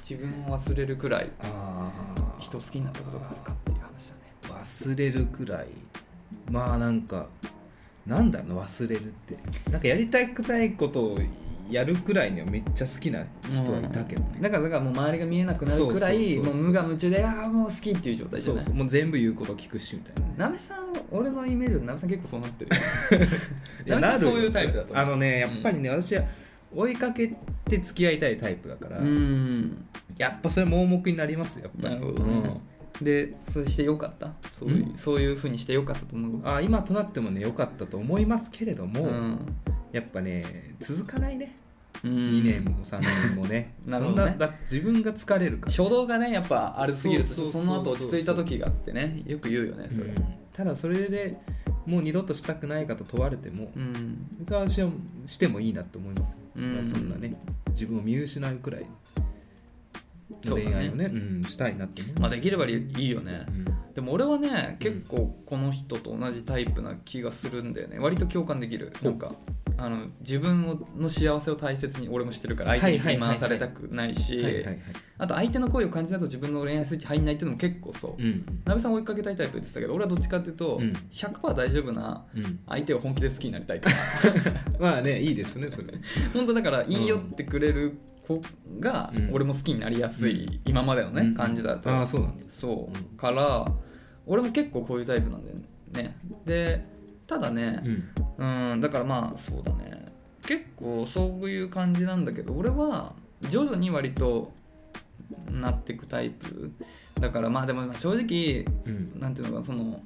Speaker 2: 自分を忘れるくらい
Speaker 1: ああ
Speaker 2: 人を好きになったことがあるかっていう話だね
Speaker 1: 忘れるくらいまあなんかなんだろうな忘れるってなんかやりたくないことをやるくらいにはめっちゃ好きな人はいたけど
Speaker 2: うん
Speaker 1: ね
Speaker 2: だからだからもう周りが見えなくなるくらい
Speaker 1: そうそうそうそう
Speaker 2: もう無我夢中でああもう好きっていう状態じ
Speaker 1: そ
Speaker 2: ゃな
Speaker 1: う
Speaker 2: い
Speaker 1: そうもう全部言うこと聞くしみたいなね
Speaker 2: なべさん俺のイメージでなべさん結構そうなってるよ
Speaker 1: いや
Speaker 2: なべさん
Speaker 1: よ
Speaker 2: そういうタイプだと思う
Speaker 1: あのねやっぱりね、私は追いかけて付き合いたいタイプだから、
Speaker 2: うん
Speaker 1: やっぱそれ盲目になりますよやっぱ
Speaker 2: な
Speaker 1: り
Speaker 2: るほどね、でそしてよかったそういうそういうふうにしてよかったと思
Speaker 1: う
Speaker 2: うん
Speaker 1: あ今となってもね良かったと思いますけれども、
Speaker 2: うん
Speaker 1: やっぱね続かないね、
Speaker 2: うん
Speaker 1: 2年も3年もね
Speaker 2: なるほどね
Speaker 1: そんなだ自分が疲れるから
Speaker 2: 初動がねやっぱあれすぎると
Speaker 1: そうそうそう
Speaker 2: その後落ち着いた時があってねよく言うよねそれ
Speaker 1: うんただそれでもう二度としたくないかと問われても、
Speaker 2: うん
Speaker 1: 別に私はしてもいいなと思いますよ、
Speaker 2: うん
Speaker 1: そんなね自分を見失うくらいの
Speaker 2: そうだね
Speaker 1: 恋愛をねうんしたいなって思い
Speaker 2: まあ
Speaker 1: ます、
Speaker 2: できればいいよね
Speaker 1: うん
Speaker 2: でも俺はね
Speaker 1: うん
Speaker 2: 結構この人と同じタイプな気がするんだよね割と共感できるなんかあの自分をの幸せを大切に俺もしてるから相手に振り回されたくな
Speaker 1: はいは
Speaker 2: い
Speaker 1: い
Speaker 2: し
Speaker 1: はい、
Speaker 2: あと相手の声を感じないと自分の恋愛スイッチ入んないっていうのも結構そう
Speaker 1: うん
Speaker 2: なべさん追いかけたいタイプでしたけど俺はどっちかっていうと
Speaker 1: うん
Speaker 2: 100%大丈夫な
Speaker 1: うん、
Speaker 2: 相手を本気で好きになりたいから
Speaker 1: まあねいいですよねそれ
Speaker 2: 本当だから言い寄ってくれる子が
Speaker 1: うん
Speaker 2: 俺も好きになりやすい今までの
Speaker 1: うん
Speaker 2: ね感じだと
Speaker 1: ああそうなんだ
Speaker 2: そう、
Speaker 1: うん
Speaker 2: から俺も結構こういうタイプなんだよねでただね
Speaker 1: ん
Speaker 2: うんだからまあそうだね結構そういう感じなんだけど俺は徐々に割となっていくタイプだからまあでもまあ正直
Speaker 1: うん
Speaker 2: なんていうのかその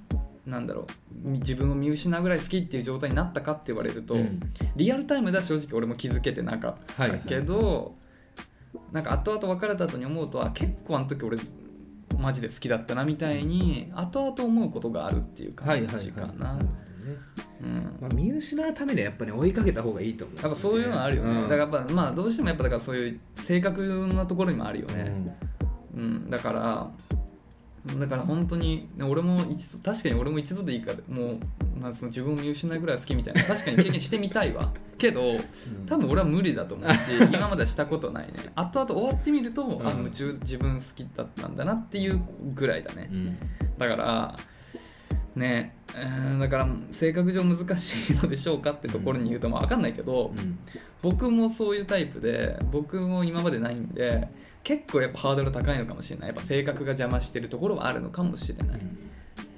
Speaker 2: なんだろう自分を見失うぐらい好きっていう状態になったかって言われると、
Speaker 1: うん
Speaker 2: リアルタイムでは正直俺も気づけてなかった
Speaker 1: はいはい
Speaker 2: けど、なんか後々別れた後に思うとあ結構あの時俺マジで好きだったなみたいに後々思うことがあるっていう
Speaker 1: はいは
Speaker 2: 感
Speaker 1: いはい
Speaker 2: じかな、
Speaker 1: るほどねね、
Speaker 2: うん
Speaker 1: まあ、見失うためにはやっぱり、ね、追いかけた方がいいと思う、
Speaker 2: やっぱそういうのあるよね、だからやっぱまあどうしてもやっぱだからそういう性格なところにもあるよ
Speaker 1: ら
Speaker 2: ね、うんだからだから本当にね俺も一度確かに俺も一度でいいからもうなんつうの自分を見失うぐらい好きみたいな確かに経験してみたいわけど多分俺は無理だ と思うし今まではしたことないね後々終わってみると、あ
Speaker 1: うん
Speaker 2: 夢中自分好きだったんだなっていうぐらいだね、
Speaker 1: うん
Speaker 2: だからねえーだから性格上難しいのでしょうかってところに言うとまあ分かんないけど
Speaker 1: うん
Speaker 2: 僕もそういうタイプで僕も今までないんで結構やっぱハードル高いのかもしれないやっぱ性格が邪魔してるところはあるのかもしれない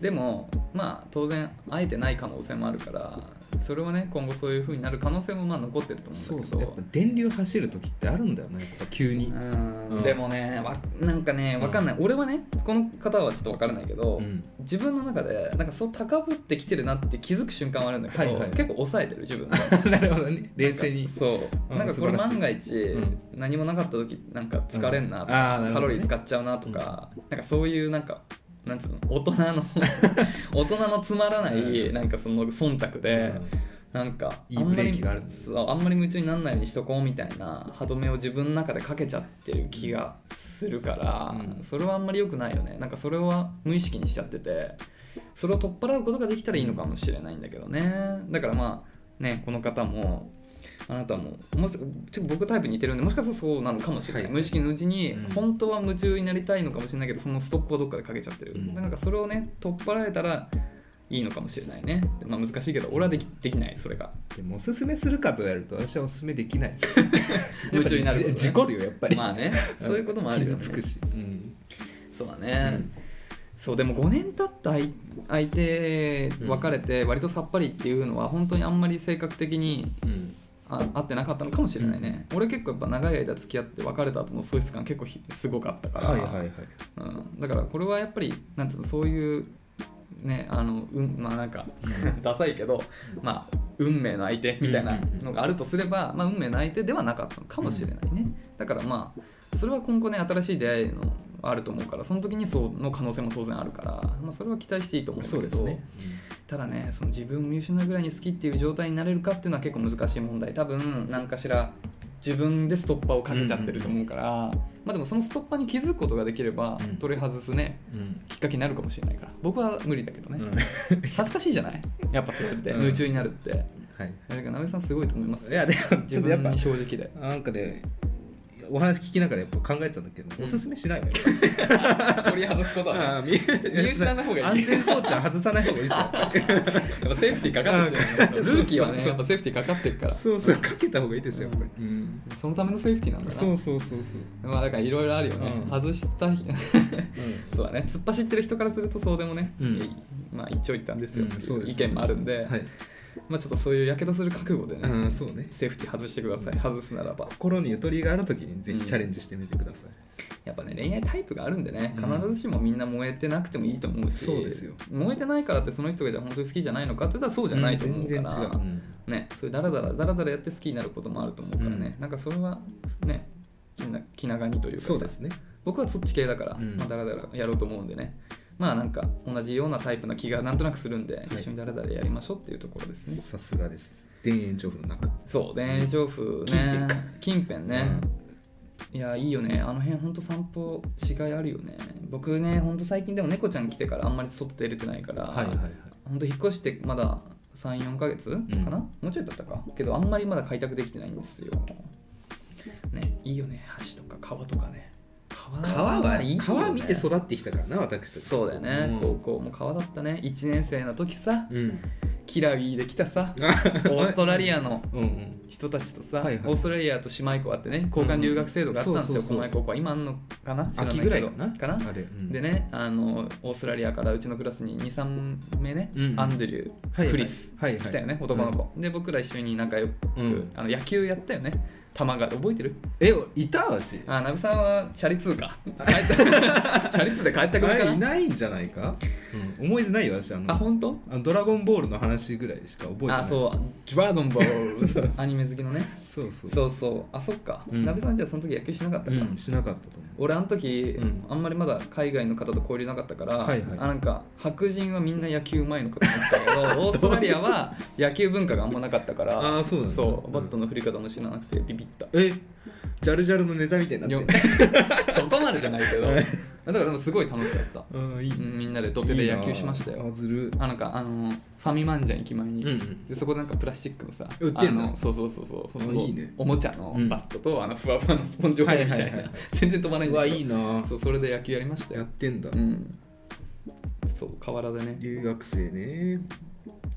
Speaker 2: でもまあ当然会えてない可能性もあるからそれはね今後そういう風になる可能性もまあ残ってると
Speaker 1: そ
Speaker 2: 思うん
Speaker 1: う
Speaker 2: だけ
Speaker 1: そ
Speaker 2: ど
Speaker 1: うやっぱ電流走る時ってあるんだよねやっぱ急に、
Speaker 2: うんでもねわなんかね分かんない俺はねこの方はちょっと分からないけど、
Speaker 1: うん
Speaker 2: 自分の中でなんかそう高ぶってきてるなって気づく瞬間はあるんだけど、
Speaker 1: はいはい
Speaker 2: 結構抑えてる自分 で
Speaker 1: なるほどね 冷静に
Speaker 2: そう
Speaker 1: うん
Speaker 2: なんかこれ
Speaker 1: 素晴らしい
Speaker 2: 万が一、
Speaker 1: ん
Speaker 2: 何もなかった時なんか疲れんなとか、
Speaker 1: ああなる
Speaker 2: カ
Speaker 1: ほ
Speaker 2: ロ
Speaker 1: ど
Speaker 2: リ
Speaker 1: ね
Speaker 2: ー使っちゃうなとか、なんかそういうなんかなんつうの大人 の大人のつまらない、
Speaker 1: う
Speaker 2: なんかその忖度で、なんか
Speaker 1: いいブレーキがあるんです
Speaker 2: そうあんまり夢中にならないようにしとこうみたいな歯止めを自分の中でかけちゃってる気がするから、
Speaker 1: うん
Speaker 2: それはあんまり良くないよねなんかそれは無意識にしちゃっててそれを取っ払うことができたらいいのかもしれないんだけどねだからまあねこの方もあなたももしちょっと僕タイプ似てるんでもしかしたらそうなのかもしれない、
Speaker 1: はい
Speaker 2: 無意識のうちに
Speaker 1: うん
Speaker 2: 本当は夢中になりたいのかもしれないけどそのストップをどっかでかけちゃってる、
Speaker 1: うん
Speaker 2: なんかそれをね取っ払えたらいいのかもしれないね、まあ、難しいけど俺はできできないそれが
Speaker 1: でもおすすめするかとやると私はおすすめできないです
Speaker 2: 夢中になるこ
Speaker 1: やっぱ
Speaker 2: とね
Speaker 1: りじ事故るよやっぱり、
Speaker 2: まあねそういうこともあるよ、ね、
Speaker 1: 傷つくし、うん
Speaker 2: そうだね、
Speaker 1: うん
Speaker 2: そうでも5年経った相相手
Speaker 1: うん
Speaker 2: 別れて割とさっぱりっていうのは本当にあんまり性格的に
Speaker 1: うん
Speaker 2: あ合ってなかったのかもしれないね、俺結構やっぱ長い間付き合って別れた後の喪失感結構ひすごかったから、
Speaker 1: はいはいはい
Speaker 2: うん、だからこれはやっぱりなんつうのそういうねあのうんまあなんか ダサいけどまあ運命の相手みたいなのがあるとすれば、まあ、運命の相手ではなかったのかもしれないね、だからまあそれは今後ね新しい出会いのあると思うからその時にその可能性も当然あるから、まあ、それは期待していいと思うんだ
Speaker 1: そう
Speaker 2: け
Speaker 1: で
Speaker 2: ど
Speaker 1: すね、
Speaker 2: ただねその自分を見失うぐらいに好きっていう状態になれるかっていうのは結構難しい問題多分何かしら自分でストッパーをかけちゃってると思うから、まあでもそのストッパーに気づくことができれば、
Speaker 1: うん
Speaker 2: 取り外すね
Speaker 1: うん
Speaker 2: きっかけになるかもしれないから僕は無理だけどね、
Speaker 1: うん
Speaker 2: 恥ずかしいじゃないやっぱそれって
Speaker 1: うん
Speaker 2: 夢中になるって、
Speaker 1: はい
Speaker 2: だからなべさんすごいと思います
Speaker 1: いやでもち
Speaker 2: 自
Speaker 1: ょっとやっ
Speaker 2: 分
Speaker 1: ぱ
Speaker 2: に正直で
Speaker 1: なんかねお話聞きながらやっぱ考えてたんだけど、
Speaker 2: うん
Speaker 1: おすすめしないわよ
Speaker 2: 取り外すことはね
Speaker 1: あー見
Speaker 2: 見失わない方がいい
Speaker 1: 安全装置は外さない方がいいですよやっぱり
Speaker 2: やっぱセーフティーかかってしまう
Speaker 1: う
Speaker 2: ル
Speaker 1: ん
Speaker 2: ーキーは
Speaker 1: そうそう
Speaker 2: ね
Speaker 1: そう
Speaker 2: やっぱセーフティーかかってるから
Speaker 1: そうそうかけた方がいいですよやっぱり、うん
Speaker 2: そのためのセーフティーなんだな
Speaker 1: そうそうそうそう、
Speaker 2: まあだからいろいろあるよね、
Speaker 1: うん
Speaker 2: 外した日そうだね突っ走ってる人からするとそうでもね、
Speaker 1: うん
Speaker 2: いいまあ一長一短ですよ、
Speaker 1: うんそうです
Speaker 2: 意見もあるんで、
Speaker 1: はい、
Speaker 2: まあちょっとそういうやけどする覚悟でね、
Speaker 1: うんそうね
Speaker 2: セーフティー外してください外すならば
Speaker 1: 心にゆとりがある時にぜひチャレンジしてみてください、
Speaker 2: やっぱね恋愛タイプがあるんでね
Speaker 1: うん
Speaker 2: 必ずしもみんな燃えてなくてもいいと思うし、
Speaker 1: そうですよ
Speaker 2: 燃えてないからってその人がじゃあ本当に好きじゃないのかって言ったらそうじゃないと思うから、
Speaker 1: 全然違う、
Speaker 2: ねそういうダラダラダラダラやって好きになることもあると思うからね、なんかそれはね気な気長にというかさ
Speaker 1: そうですね
Speaker 2: 僕はそっち系だから、
Speaker 1: うん
Speaker 2: まあ、だらだらやろうと思うんでねまあなんか同じようなタイプな気がなんとなくするんで、
Speaker 1: い
Speaker 2: 一緒にだらだらやりましょうっていうところですね
Speaker 1: さすがです田園調布の中
Speaker 2: そう田園調布ね近辺ね、いやいいよねあの辺ほんと散歩しがいあるよね僕ねほんと最近でも猫ちゃん来てからあんまり外出れてないから、
Speaker 1: はいはいはい
Speaker 2: ほんと引っ越してまだ34ヶ月かな、もうちょいだったかけどあんまりまだ開拓できてないんですよねいいよね橋とか川とかね川
Speaker 1: 川は、
Speaker 2: いいよね
Speaker 1: 川見て育ってきたからな私たち
Speaker 2: そうだよね、
Speaker 1: うん
Speaker 2: 高校も川だったね1年生の時さ
Speaker 1: うん
Speaker 2: キラウィーで来た さ
Speaker 1: オ
Speaker 2: オーストラリアの
Speaker 1: うんうん
Speaker 2: 人たちとさ、
Speaker 1: はいはい
Speaker 2: オーストラリアと姉妹校あってね交換留学制度があったんですよ、
Speaker 1: うんそうそうそう
Speaker 2: 狛江高校は今あんのかな知らない
Speaker 1: 秋
Speaker 2: けど
Speaker 1: ぐらいかな
Speaker 2: かな
Speaker 1: あれ、うん
Speaker 2: でねあのオーストラリアからうちのクラスに23名ね、
Speaker 1: うん
Speaker 2: アンドリ
Speaker 1: は
Speaker 2: ュー、
Speaker 1: いはい
Speaker 2: クリス、
Speaker 1: はいはい
Speaker 2: 来たよね男の子、で僕ら一緒に仲良く、
Speaker 1: うん
Speaker 2: あの野球やったよね玉川で覚えてる
Speaker 1: えいた私
Speaker 2: あナブさんはチャリ通 か帰 ったチャリ通で帰っ
Speaker 1: あ
Speaker 2: た組か
Speaker 1: れ
Speaker 2: ない
Speaker 1: ないんじゃないか、うん、思い出ないよ私あの
Speaker 2: あ本当
Speaker 1: あのドラゴンボールの話ぐらいしか覚えてない
Speaker 2: あそう「ドラゴンボール」
Speaker 1: そうそ
Speaker 2: アニメ好きのね
Speaker 1: そうそう
Speaker 2: そうそうあそっか、
Speaker 1: うん
Speaker 2: 鍋さんじゃあその時野球しなかったか、
Speaker 1: うん、しなかったと思う
Speaker 2: 俺あの時、
Speaker 1: うん
Speaker 2: あんまりまだ海外の方と交流なかったから、
Speaker 1: はいはい
Speaker 2: あなんか白人はみんな野球うまいのかと思っ てたけどオーストラリアは野球文化があんまなかったから
Speaker 1: ああそうなんだ
Speaker 2: そうバット
Speaker 1: の
Speaker 2: の振り方も知らなくてビビった
Speaker 1: えジャルジャルのネタみたいにな
Speaker 2: よ
Speaker 1: って
Speaker 2: そこまでじゃないけど
Speaker 1: はい
Speaker 2: だからでもすごい楽しかった
Speaker 1: うんいい
Speaker 2: うんみんなで土手で野球しましたよ
Speaker 1: いいなあずる
Speaker 2: あなんかあのファミマンジャン駅前に、
Speaker 1: うんうん
Speaker 2: でそこでなんかプラスチックのさ
Speaker 1: 売ってんの
Speaker 2: あのそうそうそうそう
Speaker 1: あいいね
Speaker 2: おもちゃの
Speaker 1: うん
Speaker 2: バットと、あのふわふわのスポンジをみ
Speaker 1: は
Speaker 2: た
Speaker 1: い
Speaker 2: い
Speaker 1: はい
Speaker 2: な、
Speaker 1: はい
Speaker 2: 全然飛ばないん
Speaker 1: う
Speaker 2: だ
Speaker 1: わ
Speaker 2: けど
Speaker 1: いいな
Speaker 2: そうそれで野球やりました
Speaker 1: やっ
Speaker 2: よ、
Speaker 1: てんだ
Speaker 2: うん、そう河原でね
Speaker 1: 留学生ね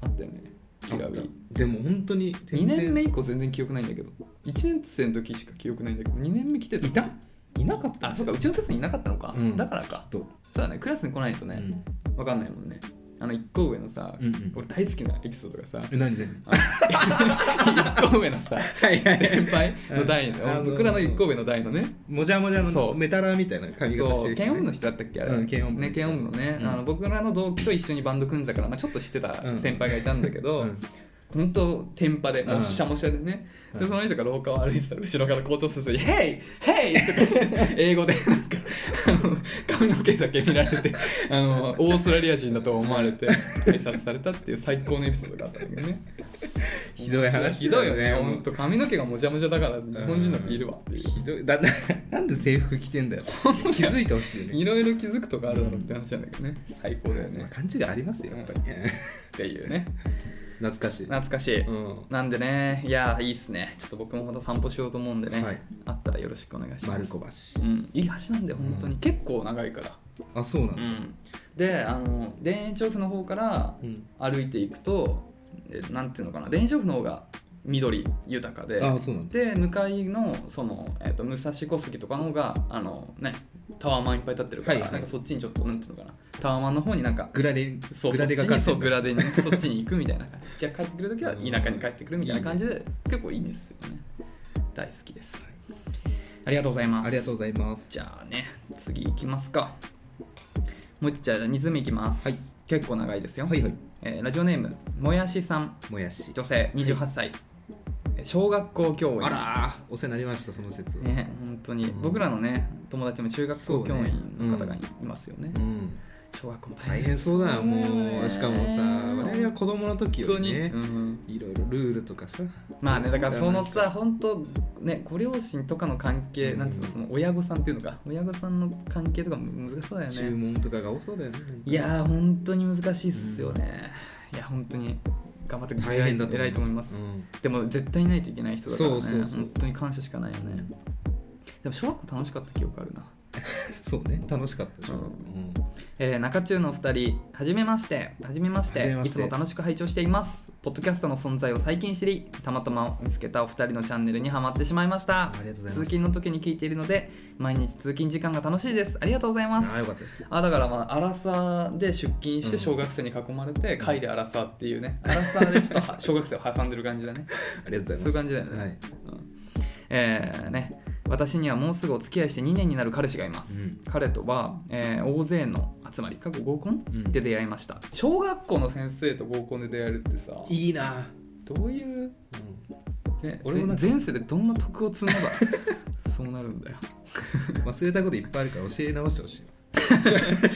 Speaker 2: あったよねキラ
Speaker 1: あっ
Speaker 2: ビ
Speaker 1: たでも本当に
Speaker 2: 2
Speaker 1: 全然
Speaker 2: 年目以降全然記憶ないんだけど1年生の時しか記憶ないんだけど2年目来てた
Speaker 1: いたいなかった
Speaker 2: あそうかうちのクラスにいなかったのか、
Speaker 1: うん
Speaker 2: だからか
Speaker 1: と
Speaker 2: そうだねクラスに来ないとね、わかんないもんねあの1個上のさ、
Speaker 1: うんうん
Speaker 2: 俺大好きなエピソードがさ
Speaker 1: え何何
Speaker 2: 1個上の さ
Speaker 1: はい
Speaker 2: 先輩の代
Speaker 1: うんあ
Speaker 2: の
Speaker 1: の
Speaker 2: 僕らの1個上の代のね
Speaker 1: もじゃもじゃ
Speaker 2: そ
Speaker 1: の
Speaker 2: う
Speaker 1: メタラーみたいな髪型してる
Speaker 2: そう
Speaker 1: 人
Speaker 2: 剣
Speaker 1: ね
Speaker 2: 音部の人だったっけあれ、
Speaker 1: うん剣音部
Speaker 2: ね剣音部のね、
Speaker 1: うん
Speaker 2: あの僕らの同期と一緒にバンド組んだから、まあ、ちょっとしてた
Speaker 1: うん
Speaker 2: 先輩がいたんだけど、
Speaker 1: うん
Speaker 2: 本当テンパで
Speaker 1: うん
Speaker 2: もうしゃもしゃでね、
Speaker 1: うん
Speaker 2: でその人が廊下を歩いてたら後ろから校長先生に「ヘイヘイ!」とか英語でなんかあの髪の毛だけ見られてあのオーストラリア人だと思われて挨拶されたっていう最高のエピソードがあったんだけどね
Speaker 1: ひどい話だよね
Speaker 2: ひどいよね本当髪の毛がもじゃもじゃだから日本人だっているわっていう。
Speaker 1: ひどいだななんで制服着てん だよ気づいてほしいよね
Speaker 2: いろいろ気づくとかあるだろうって話なんだけどね最高だよ
Speaker 1: まあ
Speaker 2: ね
Speaker 1: 勘違いありますよやっぱり
Speaker 2: っていうね
Speaker 1: 懐かしい
Speaker 2: 懐かしい、
Speaker 1: うん
Speaker 2: なんでねいやいいっすねちょっと僕もまた散歩しようと思うんでね、
Speaker 1: はい
Speaker 2: あったらよろしくお願いしま
Speaker 1: 丸
Speaker 2: す
Speaker 1: 子橋
Speaker 2: うん、いい橋なんだよ本当に、
Speaker 1: うん
Speaker 2: 結構長いから、
Speaker 1: あそうなん
Speaker 2: う
Speaker 1: だ
Speaker 2: ん、であの田園調布の方から
Speaker 1: うん
Speaker 2: 歩いていくとえなんていうのかな田園調布の方が緑豊かで
Speaker 1: あそうなんだ
Speaker 2: で向かいのその、えー、と武蔵小杉とかの方があの、ね、タワーマンいっぱい立ってるか
Speaker 1: は
Speaker 2: ら、
Speaker 1: いはい
Speaker 2: なんかそっちにちょっとなんていうのかなタワーマンの方になんか
Speaker 1: グラデ
Speaker 2: そう
Speaker 1: グラデが
Speaker 2: そっち
Speaker 1: か
Speaker 2: に
Speaker 1: って
Speaker 2: そ
Speaker 1: ん
Speaker 2: う
Speaker 1: だ
Speaker 2: グラデにねそっちに行くみたいな感じ じゃあ帰ってくるときは田舎に帰ってくるみたいな感じで結構いいんですよね大好きですありがとうございます
Speaker 1: ありがとうございます
Speaker 2: じゃあね次行きますかもう一つじゃあ2つ目いきます、
Speaker 1: はい
Speaker 2: 結構長いですよ、
Speaker 1: はいはい
Speaker 2: えーラジオネームもやしさん
Speaker 1: もやし
Speaker 2: 女性28歳、えー小学校教員
Speaker 1: あらーお世話になりましたその説は
Speaker 2: ね本当に、
Speaker 1: うん
Speaker 2: 僕らのね友達も中学校教員の方がい
Speaker 1: そうね
Speaker 2: ますよね
Speaker 1: うん
Speaker 2: 小学校も
Speaker 1: 大
Speaker 2: 大変
Speaker 1: 変そうだよもうしかもさ
Speaker 2: ね
Speaker 1: 我々は子供の時よりね
Speaker 2: 本当にうん
Speaker 1: いろいろルールとかさ
Speaker 2: まあねだからその
Speaker 1: なん
Speaker 2: さ本当ねご両親とかの関係、
Speaker 1: うん
Speaker 2: なんつうのその親御さんっていうのか親御さんの関係とかも難しそうだよ
Speaker 1: 注
Speaker 2: ね
Speaker 1: 文とかが多そうだよね
Speaker 2: いやー本当に難しいっすよね、いや本当に頑張って
Speaker 1: 大変だと
Speaker 2: 偉いと思います、
Speaker 1: うん
Speaker 2: でも絶対いないといけない人だからね
Speaker 1: そうそうそう
Speaker 2: 本当に感謝しかないよねでも小学校楽しかった記憶あるな
Speaker 1: そうね楽しかったでしょ
Speaker 2: う
Speaker 1: うんん
Speaker 2: えー中中のお二人はじめましてはじめまして
Speaker 1: はじめまして
Speaker 2: いつも楽しく拝聴していますポッドキャストの存在を最近知りたまたま見つけたお二人のチャンネルにはまってしまいまし
Speaker 1: あ
Speaker 2: た
Speaker 1: りがとうございます
Speaker 2: 通勤の時に聞いているので毎日通勤時間が楽しいですありがとうございます
Speaker 1: ああよかったです
Speaker 2: あだからまあアラサーで出勤して
Speaker 1: うん
Speaker 2: 小学生に囲まれて、帰りアラサーっていうねアラサーでちょっとは小学生を挟んでる感じ だね
Speaker 1: ありがとうございます
Speaker 2: そういう感じだよね
Speaker 1: はい
Speaker 2: えーね私にはもうすぐお付き合いして2年になる彼氏がいます、
Speaker 1: うん
Speaker 2: 彼とは、えー大勢の集まり過去合コン、
Speaker 1: うん
Speaker 2: で出会いました小学校の先生と合コンで出会えるってさ
Speaker 1: いいな
Speaker 2: どういう、ね、
Speaker 1: 俺もなんか
Speaker 2: 前前世でどんな徳を積めばそうなるんだよ
Speaker 1: 忘れたこといっぱいあるから教え直してほ しい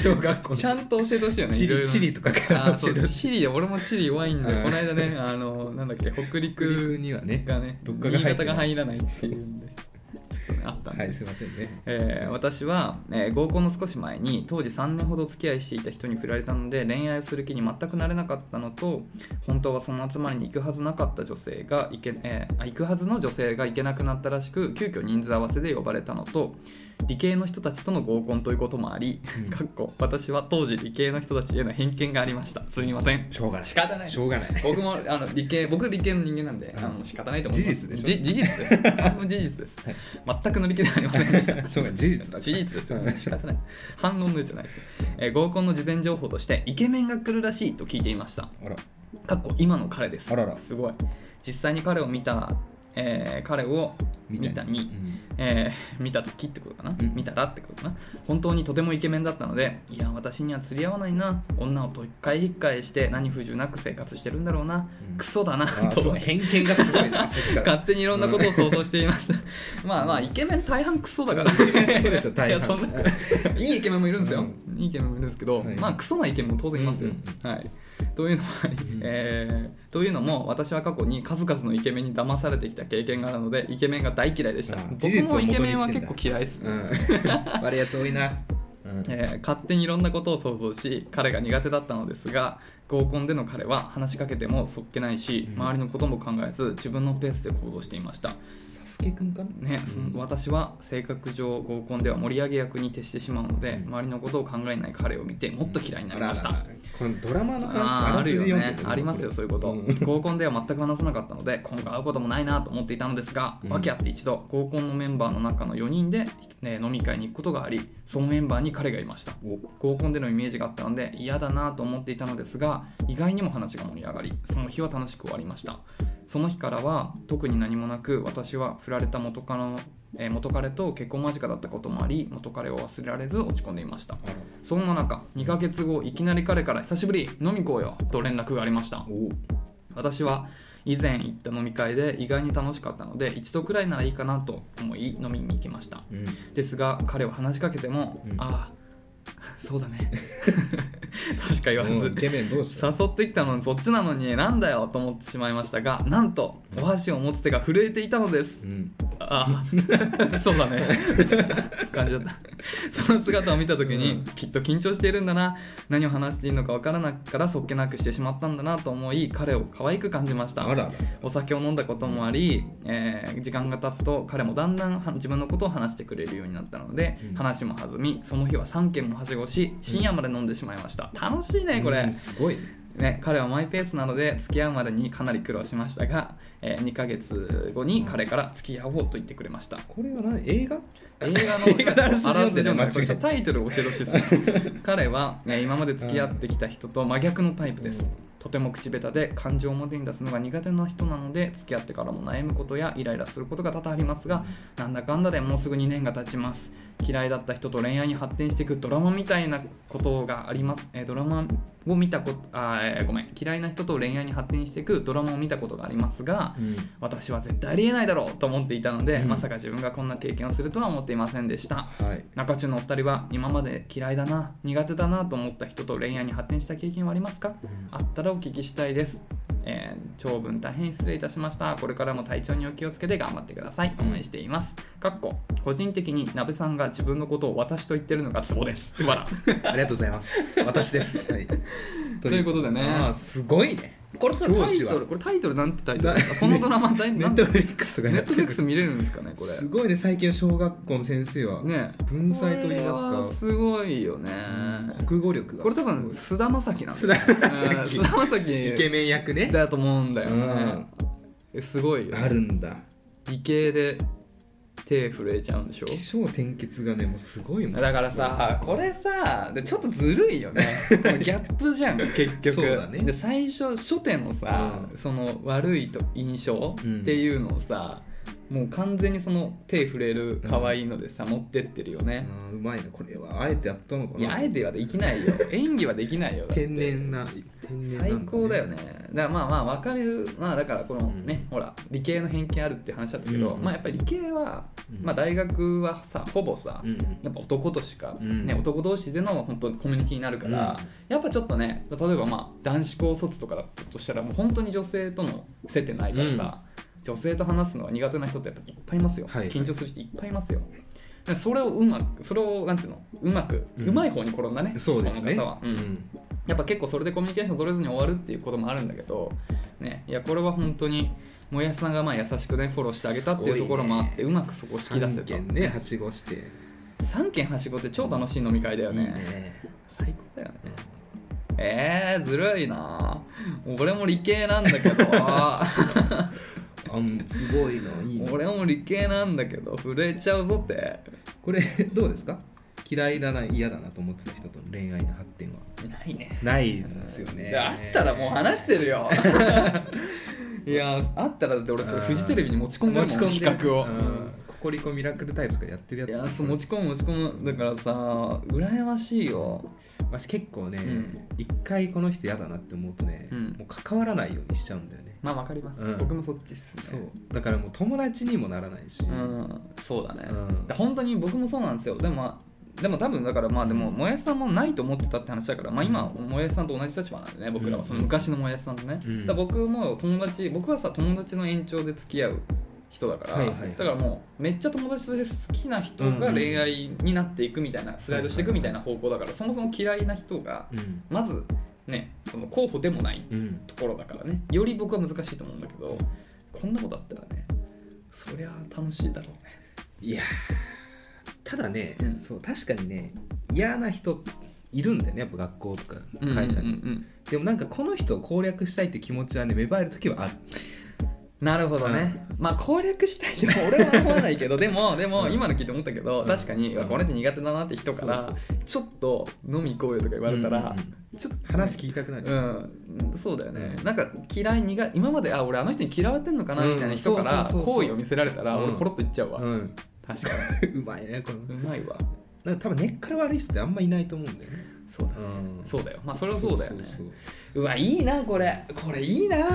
Speaker 1: よ小学校の
Speaker 2: ちゃんと教えてほしいよね
Speaker 1: チ
Speaker 2: いろい
Speaker 1: リ
Speaker 2: ろ
Speaker 1: チリとかか
Speaker 2: あ
Speaker 1: ら
Speaker 2: ーそ
Speaker 1: 教えて
Speaker 2: う
Speaker 1: ほしい
Speaker 2: チリで俺もチリ弱いんだよ
Speaker 1: うん
Speaker 2: この間ねあのなんだっけ北
Speaker 1: 北陸
Speaker 2: 陸
Speaker 1: にはね
Speaker 2: がね
Speaker 1: どっかが入ってない
Speaker 2: 新潟が入らないっていうんでちょっとねあったんで、
Speaker 1: はいすいませんね
Speaker 2: えー私は、えー合コンの少し前に当時3年ほどお付き合いしていた人に振られたので恋愛をする気に全くなれなかったのと本当はその集まりに行くはずなかった女性が行け、えーあ行くはずの女性が行けなくなったらしく急遽人数合わせで呼ばれたのと理系の人たちとの合コンということもあり、
Speaker 1: うん
Speaker 2: かっこ私は当時理系の人たちへの偏見がありましたすみません
Speaker 1: しょうがない
Speaker 2: 仕方ない
Speaker 1: しょうがない
Speaker 2: 僕もあの理系僕理系の人間なんで、
Speaker 1: うん
Speaker 2: あの仕方ないと思いま
Speaker 1: 事
Speaker 2: す
Speaker 1: 実でしょ
Speaker 2: じ事実です僕も事実 です、全くの理系ではありませんでした
Speaker 1: しょうがない事実だ
Speaker 2: 事実ですよね仕方ない反論のじゃないですね、えー合コンの事前情報としてイケメンが来るらしいと聞いていました
Speaker 1: あら
Speaker 2: かっこ今の彼です
Speaker 1: あらら
Speaker 2: すごい実際に彼を見たえー彼を見たに、
Speaker 1: うん
Speaker 2: えー見た時ってことかな、
Speaker 1: うん
Speaker 2: 見たらってことかな本当にとてもイケメンだったのでいや私には釣り合わないな女をとっかいひっかえして何不自由なく生活してるんだろうな、
Speaker 1: うん
Speaker 2: クソだな
Speaker 1: あー
Speaker 2: と
Speaker 1: そう
Speaker 2: 思い
Speaker 1: 偏見がすご いなそっから
Speaker 2: 勝手にいろんなことを想像していましたまあまあイケメン大半クソだから
Speaker 1: そうですよ大半
Speaker 2: いやそ んないいイケメンもいるんですよ、いいイケメンもいるんですけど、
Speaker 1: はい
Speaker 2: まあクソなイケメンも当然いますよ、
Speaker 1: うん
Speaker 2: はいというのもあり、
Speaker 1: ん
Speaker 2: えーというのも私は過去に数々のイケメンに騙されてきた経験があるのでイケメンが大嫌いでした
Speaker 1: ああ
Speaker 2: 僕もイケメンは
Speaker 1: 事実を元にしてんだ
Speaker 2: 結構嫌いです、
Speaker 1: うん、悪いやつ多いな、うん
Speaker 2: えー勝手にいろんなことを想像し彼が苦手だったのですが合コンでの彼は話しかけてもそっけないし、
Speaker 1: うん
Speaker 2: 周りのことも考えず自分のペースで行動していました
Speaker 1: サスケくんかな
Speaker 2: ね、その私は性格上合コンでは盛り上げ役に徹してしまうので、
Speaker 1: うん
Speaker 2: 周りのことを考えない彼を見てもっと嫌いになりました、
Speaker 1: あららこのドラマの話
Speaker 2: あーあ
Speaker 1: らす
Speaker 2: る
Speaker 1: じ
Speaker 2: よ
Speaker 1: 読んで
Speaker 2: ねありますよそういうこと、
Speaker 1: うん
Speaker 2: 合コンでは全く話さなかったので今後会うこともないなと思っていたのですが、
Speaker 1: うん
Speaker 2: 訳あって一度合コンのメンバーの中の4人で、ね、飲み会に行くことがありそのメンバーに彼がいました
Speaker 1: お
Speaker 2: 合コンでのイメージがあったので嫌だなと思っていたのですが意外にも話が盛り上がりその日は楽しく終わりましたその日からは特に何もなく私は振られた元カノえー元彼と結婚間近だったこともあり元彼を忘れられず落ち込んでいました
Speaker 1: あら
Speaker 2: そんな中2ヶ月後いきなり彼から「久しぶり飲み行こうよ」と連絡がありました
Speaker 1: お
Speaker 2: 私は以前行った飲み会で意外に楽しかったので一度くらいならいいかなと思い飲みに行きました
Speaker 1: うん
Speaker 2: ですが彼は話しかけても「
Speaker 1: うん
Speaker 2: ああそうだね」 としか言わ
Speaker 1: もうイ
Speaker 2: ず
Speaker 1: ケメンどうした
Speaker 2: 誘ってきたのにそっちなのになんだよと思ってしまいましたがなんとお箸を持つ手が震えていたのです
Speaker 1: うん
Speaker 2: ああ そうだね感じだったその姿を見た時に、
Speaker 1: うん
Speaker 2: きっと緊張しているんだな何を話していいのかわからなくからそっけなくしてしまったんだなと思い彼を可愛く感じました
Speaker 1: あらら
Speaker 2: お酒を飲んだこともあり、えー時間が経つと彼もだんだんは自分のことを話してくれるようになったので、
Speaker 1: うん
Speaker 2: 話も弾みその日は3軒もはしごし深夜まで飲んでしまいました、楽しいねこれ、
Speaker 1: うんすごいね
Speaker 2: ね、彼はマイペースなので付き合うまでにかなり苦労しましたが、えー2ヶ月後に彼から付き合おうと言ってくれました、
Speaker 1: これは何映画
Speaker 2: 映画の
Speaker 1: 映画のあらすじ
Speaker 2: あら
Speaker 1: 読ん
Speaker 2: すじ
Speaker 1: でる
Speaker 2: 読んで
Speaker 1: 間違えた
Speaker 2: これタイトル教えてほしいですね彼 は、ね、今まで付き合ってきた人と真逆のタイプです、
Speaker 1: うん
Speaker 2: とても口下手で感情を表に出すのが苦手な人なので付き合ってからも悩むことやイライラすることが多々ありますがなんだかんだでもうすぐ2年が経ちます嫌いだった人と恋愛に発展していくドラマみたいなことがあります、えードラマを見たことあー、えーごめん嫌いな人と恋愛に発展していくドラマを見たことがありますが、
Speaker 1: うん
Speaker 2: 私は絶対ありえないだろうと思っていたので、
Speaker 1: うん
Speaker 2: まさか自分がこんな経験をするとは思っていませんでした
Speaker 1: はい
Speaker 2: 中中のお二人は今まで嫌いだな苦手だなと思った人と恋愛に発展した経験はありますかあったらお聞きしたいです、えー長文大変失礼いたしましたこれからも体調にお気をつけて頑張ってください応援していますかっこ個人的に鍋さんが自分のことを私と言ってるのがツボです笑
Speaker 1: ありがとうございます私ですはい
Speaker 2: ということでね
Speaker 1: あーすごいね
Speaker 2: これさタイ
Speaker 1: 表紙
Speaker 2: ト
Speaker 1: は
Speaker 2: ルこれタイトルなんてタイトル
Speaker 1: な
Speaker 2: ですかこのドラマタイトル
Speaker 1: ネ
Speaker 2: な
Speaker 1: ッ
Speaker 2: んて
Speaker 1: トフリックスが
Speaker 2: ネ
Speaker 1: や
Speaker 2: ッ
Speaker 1: って
Speaker 2: ト
Speaker 1: る
Speaker 2: フリックス見れるんですかねこれ
Speaker 1: すごいね最近の小学校の先生は
Speaker 2: ね
Speaker 1: 文才と言いま
Speaker 2: これは
Speaker 1: す
Speaker 2: すごいよね
Speaker 1: か国語力が
Speaker 2: これ多分菅田将暉なん
Speaker 1: 菅田将暉
Speaker 2: うん菅田将暉
Speaker 1: イケメン役ね
Speaker 2: だと思うんだよねえすごいよ
Speaker 1: あるんだ
Speaker 2: 理系で手震えちゃうんでしょ
Speaker 1: 起承転結がねもうすごいもん
Speaker 2: だからさこれさでちょっとずるい よねこのギャップじゃん結局
Speaker 1: そうだね
Speaker 2: で最初初手のさ、
Speaker 1: うん
Speaker 2: その悪いと印象っていうのをさ、もう完全にその手震える可愛いのでさ、持ってってるよ
Speaker 1: あ
Speaker 2: ね、
Speaker 1: ーうまいなこれはあえてやったのかない
Speaker 2: やあえてはできない よ演技はできないよだって
Speaker 1: 天然な天然なん
Speaker 2: 最高だよねだからまあまあわかるまあだからこのね、ほら理系の偏見あるって話だったけど、
Speaker 1: うん
Speaker 2: まあやっぱり理系は、
Speaker 1: うん
Speaker 2: まあ大学はさほぼさ、
Speaker 1: うん
Speaker 2: やっぱ男としか、
Speaker 1: うん
Speaker 2: ね、男同士での本当コミュニティになるから、
Speaker 1: うん
Speaker 2: やっぱちょっとね例えばまあ男子高卒とかだったとしたらもう本当に女性との接点ないからさ、女性と話すのが苦手な人ってやっぱいっぱいいますよ、
Speaker 1: はい
Speaker 2: 緊張する人いっぱいいますよだからそれをうまくそれをなんていうのうまく、う
Speaker 1: うん
Speaker 2: まい方に転んだね
Speaker 1: そうですね
Speaker 2: この方は、う
Speaker 1: うんん
Speaker 2: やっぱ結構それでコミュニケーション取れずに終わるっていうこともあるんだけど、ね、いやこれは本当にもやしさんがまあ優しくねフォローしてあげたっていうところもあっ
Speaker 1: すご
Speaker 2: て、
Speaker 1: いね
Speaker 2: うまくそこを引き出せ
Speaker 1: 三
Speaker 2: た
Speaker 1: 軒ねはしごしてい
Speaker 2: 3軒はしごって超楽しい飲み会だよ
Speaker 1: い
Speaker 2: ね
Speaker 1: ね
Speaker 2: 最高だよねえー、ずるいな俺も理系なんだけ ど
Speaker 1: あんすごいないいな
Speaker 2: 俺も理系なんだけど震えちゃうぞって
Speaker 1: これどうですか嫌いだな嫌だなと思ってた人との恋愛の発展は
Speaker 2: ないね
Speaker 1: ないんですよね
Speaker 2: だったらもう話してるよいやーあったらだって俺それフジテレビに持ち込むもん
Speaker 1: 持ち込んで
Speaker 2: 企画を、
Speaker 1: うんココリコミラクルタイプとかやってるや
Speaker 2: い
Speaker 1: つ
Speaker 2: やそう持ち込む持ち込むだからさ羨ましいよ
Speaker 1: わし結構ね
Speaker 2: うん
Speaker 1: 一、回この人嫌だなって思うとね、
Speaker 2: うん
Speaker 1: もう関わらないようにしちゃうんだよね、
Speaker 2: まあわかります、
Speaker 1: うん
Speaker 2: 僕もそっちっすね
Speaker 1: そうだからもう友達にもならないし、
Speaker 2: うん、そうだね、
Speaker 1: うん
Speaker 2: で本当に僕もそうなんですよでもまあでも多分だからまあでももやしさんもないと思ってたって話だからまあ今もやしさんと同じ立場なんでね僕らは
Speaker 1: うん
Speaker 2: その昔のもやしさんとね、
Speaker 1: うん
Speaker 2: だから僕も友達僕はさ友達の延長で付き合う人だから、
Speaker 1: はいはいはい
Speaker 2: だからもうめっちゃ友達として好きな人が恋愛になっていくみたいな、スライドしていくみたいな方向だから、そもそも嫌いな人が
Speaker 1: うん
Speaker 2: まずねその候補でもない
Speaker 1: うん
Speaker 2: ところだからねより僕は難しいと思うんだけどこんなことあったらねそりゃ楽しいだろうね
Speaker 1: いやーただね、
Speaker 2: うん
Speaker 1: そう確かにね嫌な人いるんだよねやっぱ学校とか会社に、
Speaker 2: うんうんうん
Speaker 1: でもなんかこの人を攻略したいって気持ちはね芽生える時はある
Speaker 2: なるほどね、まあ攻略したいとも 俺は思わないけどでもでも
Speaker 1: うん
Speaker 2: 今の聞いて思ったけど、
Speaker 1: うん
Speaker 2: 確かに、うわこれって苦手だなって人から
Speaker 1: そう
Speaker 2: ちょっと飲み行こうよとか言われたら、
Speaker 1: うんうん
Speaker 2: ちょっと
Speaker 1: 話聞きたくな
Speaker 2: う
Speaker 1: る、
Speaker 2: ん、そうだよね、
Speaker 1: うん
Speaker 2: なんか嫌い苦今まであ俺あの人に嫌われてんのかなみたいな人か
Speaker 1: う
Speaker 2: ら
Speaker 1: んそうそうそうそう
Speaker 2: 好意を見せられたら
Speaker 1: うん
Speaker 2: 俺コロッといっちゃうわ、
Speaker 1: うん う
Speaker 2: 確か
Speaker 1: まいねこの
Speaker 2: にうまいわ
Speaker 1: なんか多分根っから悪い人ってあんまいないと思うんだよね、
Speaker 2: そうだ
Speaker 1: うん、
Speaker 2: そうだよまあそれはそうだよね
Speaker 1: そうそう
Speaker 2: うわいいなこれこれいいな
Speaker 1: な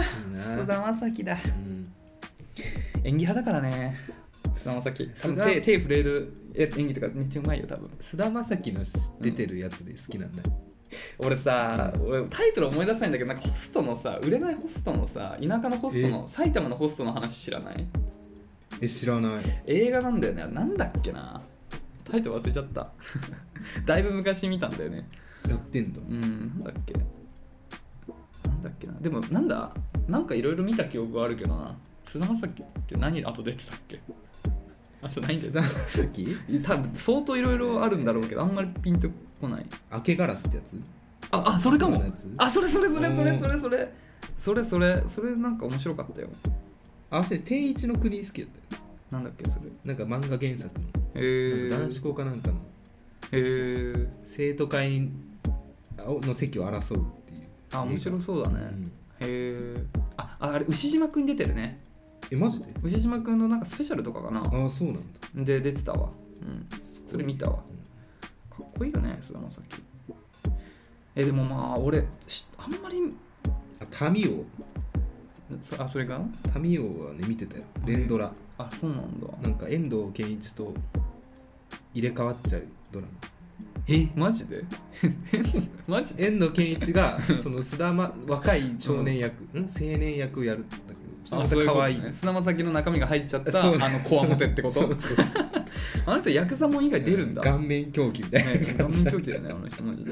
Speaker 2: 菅田将暉だ
Speaker 1: そううん
Speaker 2: 演技派だからね菅田将暉
Speaker 1: 菅
Speaker 2: 手手触れる演技とかめっちゃうまいよ多分
Speaker 1: 菅田将暉の出てるやつで好きなんだよ、
Speaker 2: 俺さ俺タイトル思い出せないんだけどなんかホストのさ売れないホストのさ田舎のホストの埼玉のホストの話知らない
Speaker 1: え知らない
Speaker 2: 映画なんだよねあれなんだっけなタイトル忘れちゃった だいぶ昔見たんだよね
Speaker 1: やってんだ
Speaker 2: うんなんだっけなんだっけなでもなんだなんかいろいろ見た記憶があるけどな菅田将暉って何あと出てたっけあとないんだよ
Speaker 1: 菅田将暉
Speaker 2: 多分相当いろいろあるんだろうけどあんまりピンとこない
Speaker 1: 明けガラスってやつ
Speaker 2: ああそれかも
Speaker 1: どんなやつ
Speaker 2: あそれそれそれそれ
Speaker 1: おー
Speaker 2: それそれそれそれそれなんか面白かったよ
Speaker 1: あそして定一の国好きだったよ
Speaker 2: なんだっけそれ
Speaker 1: なんか漫画原作の、
Speaker 2: へえ
Speaker 1: なんか男子校かなんかの
Speaker 2: へえ
Speaker 1: 生徒会の席を争うっていう
Speaker 2: あ面白そうだね、
Speaker 1: うん
Speaker 2: へえあああれ牛島くん出てるね
Speaker 1: えマジで
Speaker 2: 牛島くんのなんかスペシャルとかかな
Speaker 1: ああそうなんだ
Speaker 2: で出てたわうん
Speaker 1: すごい
Speaker 2: それ見たわかっこいいよね菅田将暉えでもまあ俺しあんまり
Speaker 1: あタミオ
Speaker 2: そあそれが
Speaker 1: タミオはね見てたよ連ドラ
Speaker 2: あそうなんだ
Speaker 1: なんか遠藤憲一と入れ替わっちゃうドラマ
Speaker 2: えマジで マジで
Speaker 1: 遠藤憲一 がその須田、ま、若い少年役、ん、青年役をやるんだけどそれまた
Speaker 2: ううこと
Speaker 1: 可愛い
Speaker 2: ね砂まさきの中身が入っちゃった
Speaker 1: そう
Speaker 2: あのコアモテってこと
Speaker 1: そうそうそう
Speaker 2: あの人ヤクザもん以外出るんだ、
Speaker 1: 顔面狂気みた
Speaker 2: ね
Speaker 1: いな
Speaker 2: 顔
Speaker 1: 感じ
Speaker 2: 面
Speaker 1: だ
Speaker 2: 狂気だよねあの人マジで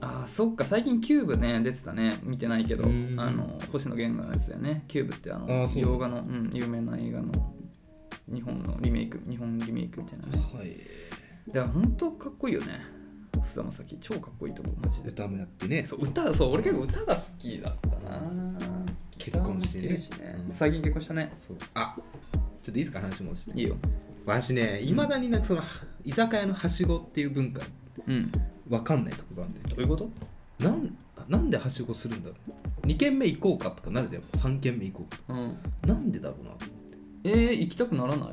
Speaker 2: あーそっか最近キューブね出てたね見てないけどあ
Speaker 1: うん
Speaker 2: の星野源のやつだよねキューブってあの
Speaker 1: あーそう
Speaker 2: 洋画の、うん、有名な映画の日本のリメイク日本リメイクみたいなね
Speaker 1: はい
Speaker 2: だから本当かっこいいよね菅田将暉超かっこいいと思うマジで
Speaker 1: 歌もやってね
Speaker 2: そう歌そう俺結構歌が好きだったな
Speaker 1: 結婚してね
Speaker 2: ギターも弾けるしね
Speaker 1: うん
Speaker 2: 最近結婚したね
Speaker 1: そうあちょっといいですか話もして
Speaker 2: いいよ
Speaker 1: わしねいまだになんかその居酒屋のはしごっていう文化
Speaker 2: うんど
Speaker 1: わかんないとこがあるんだよ
Speaker 2: ういうこと
Speaker 1: なんなんではしごするんだろう2軒目行こうかとかなるじゃん3軒目行こうか
Speaker 2: うん
Speaker 1: なんでだろうなと
Speaker 2: えー、行きたくならない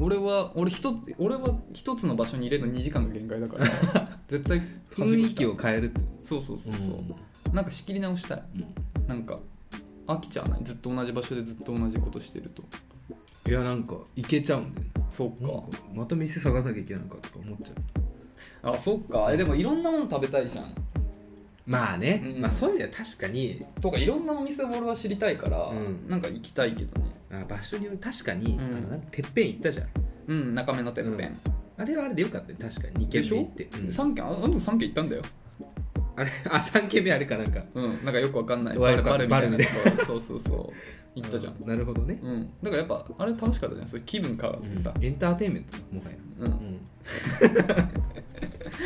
Speaker 2: 俺は俺ひと俺は一つの場所に入れるの2時間が限界だから 絶対
Speaker 1: 雰囲気
Speaker 2: を
Speaker 1: を変えるってこ
Speaker 2: そうそう
Speaker 1: と
Speaker 2: そうそう、なんか仕切り直したい
Speaker 1: うん
Speaker 2: なんか飽きちゃわないずっと同じ場所でずっと同じことしてると
Speaker 1: いやなんか行けちゃうんだよね
Speaker 2: そっ
Speaker 1: なん
Speaker 2: か
Speaker 1: かまた店探さなきゃいけないのかとか思っちゃう
Speaker 2: あそっかえでもいろんなもの食べたいじゃん
Speaker 1: まあね、
Speaker 2: うん
Speaker 1: まあそういう意味では確かに
Speaker 2: とかいろんなお店を俺は知りたいから、
Speaker 1: うん
Speaker 2: なんか行きたいけどね
Speaker 1: あ場所による確かに、
Speaker 2: うん
Speaker 1: あのなんかてっぺん行ったじゃん
Speaker 2: うん中目のてっぺん、
Speaker 1: あれはあれでよかったね確かに2
Speaker 2: で
Speaker 1: 軒
Speaker 2: し
Speaker 1: 目行
Speaker 2: ょ
Speaker 1: って、うん
Speaker 2: 3軒ああんた3軒行ったんだよ
Speaker 1: あれあ3軒目あれかなんか
Speaker 2: うんなんかよくわかんない
Speaker 1: わ
Speaker 2: バル
Speaker 1: よくわ
Speaker 2: バ
Speaker 1: か
Speaker 2: ル
Speaker 1: ん
Speaker 2: み
Speaker 1: ない
Speaker 2: たいなそうそうそうそう行ったじゃん
Speaker 1: うなるほどね、
Speaker 2: うん、だからやっぱあれ楽しかったじゃんそれ気分変わってさ、
Speaker 1: エンターテインメントだもはや
Speaker 2: うん
Speaker 1: うん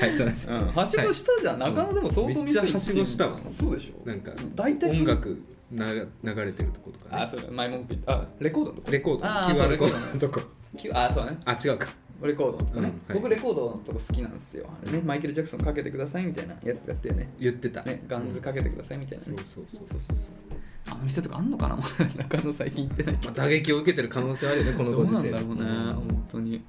Speaker 1: はいそうなんです、
Speaker 2: はしごしたじゃん、
Speaker 1: はい
Speaker 2: 中野でも相当店
Speaker 1: めっちゃはしごしたわ
Speaker 2: そうでしょ
Speaker 1: なんか
Speaker 2: 大体そ
Speaker 1: 音
Speaker 2: う
Speaker 1: 楽な流れてるとことか
Speaker 2: あ
Speaker 1: ね
Speaker 2: そうだ前も言ったあレコードのとこ
Speaker 1: レコード
Speaker 2: あーそう
Speaker 1: QR
Speaker 2: レ
Speaker 1: コ
Speaker 2: コ
Speaker 1: ー
Speaker 2: ー
Speaker 1: ド
Speaker 2: ド
Speaker 1: のとこ
Speaker 2: きゅあそうだね
Speaker 1: あ違うか
Speaker 2: レコードのと
Speaker 1: う
Speaker 2: こね、
Speaker 1: んはい
Speaker 2: 僕レコードのとこ好きなんですよあれねマイケル・ジャクソンかけてくださいみたいなやつだったよね
Speaker 1: 言ってた
Speaker 2: ねガンズかけてくださいみたいな
Speaker 1: そ
Speaker 2: ね
Speaker 1: うそうそう
Speaker 2: そうそうそうあの店とかあんのかな中野最近行ってないけ
Speaker 1: まあ、
Speaker 2: ど
Speaker 1: 打撃を受けてる可能性あるよねこの
Speaker 2: ど
Speaker 1: ご
Speaker 2: う
Speaker 1: 時
Speaker 2: なん
Speaker 1: 世
Speaker 2: だろうね本当に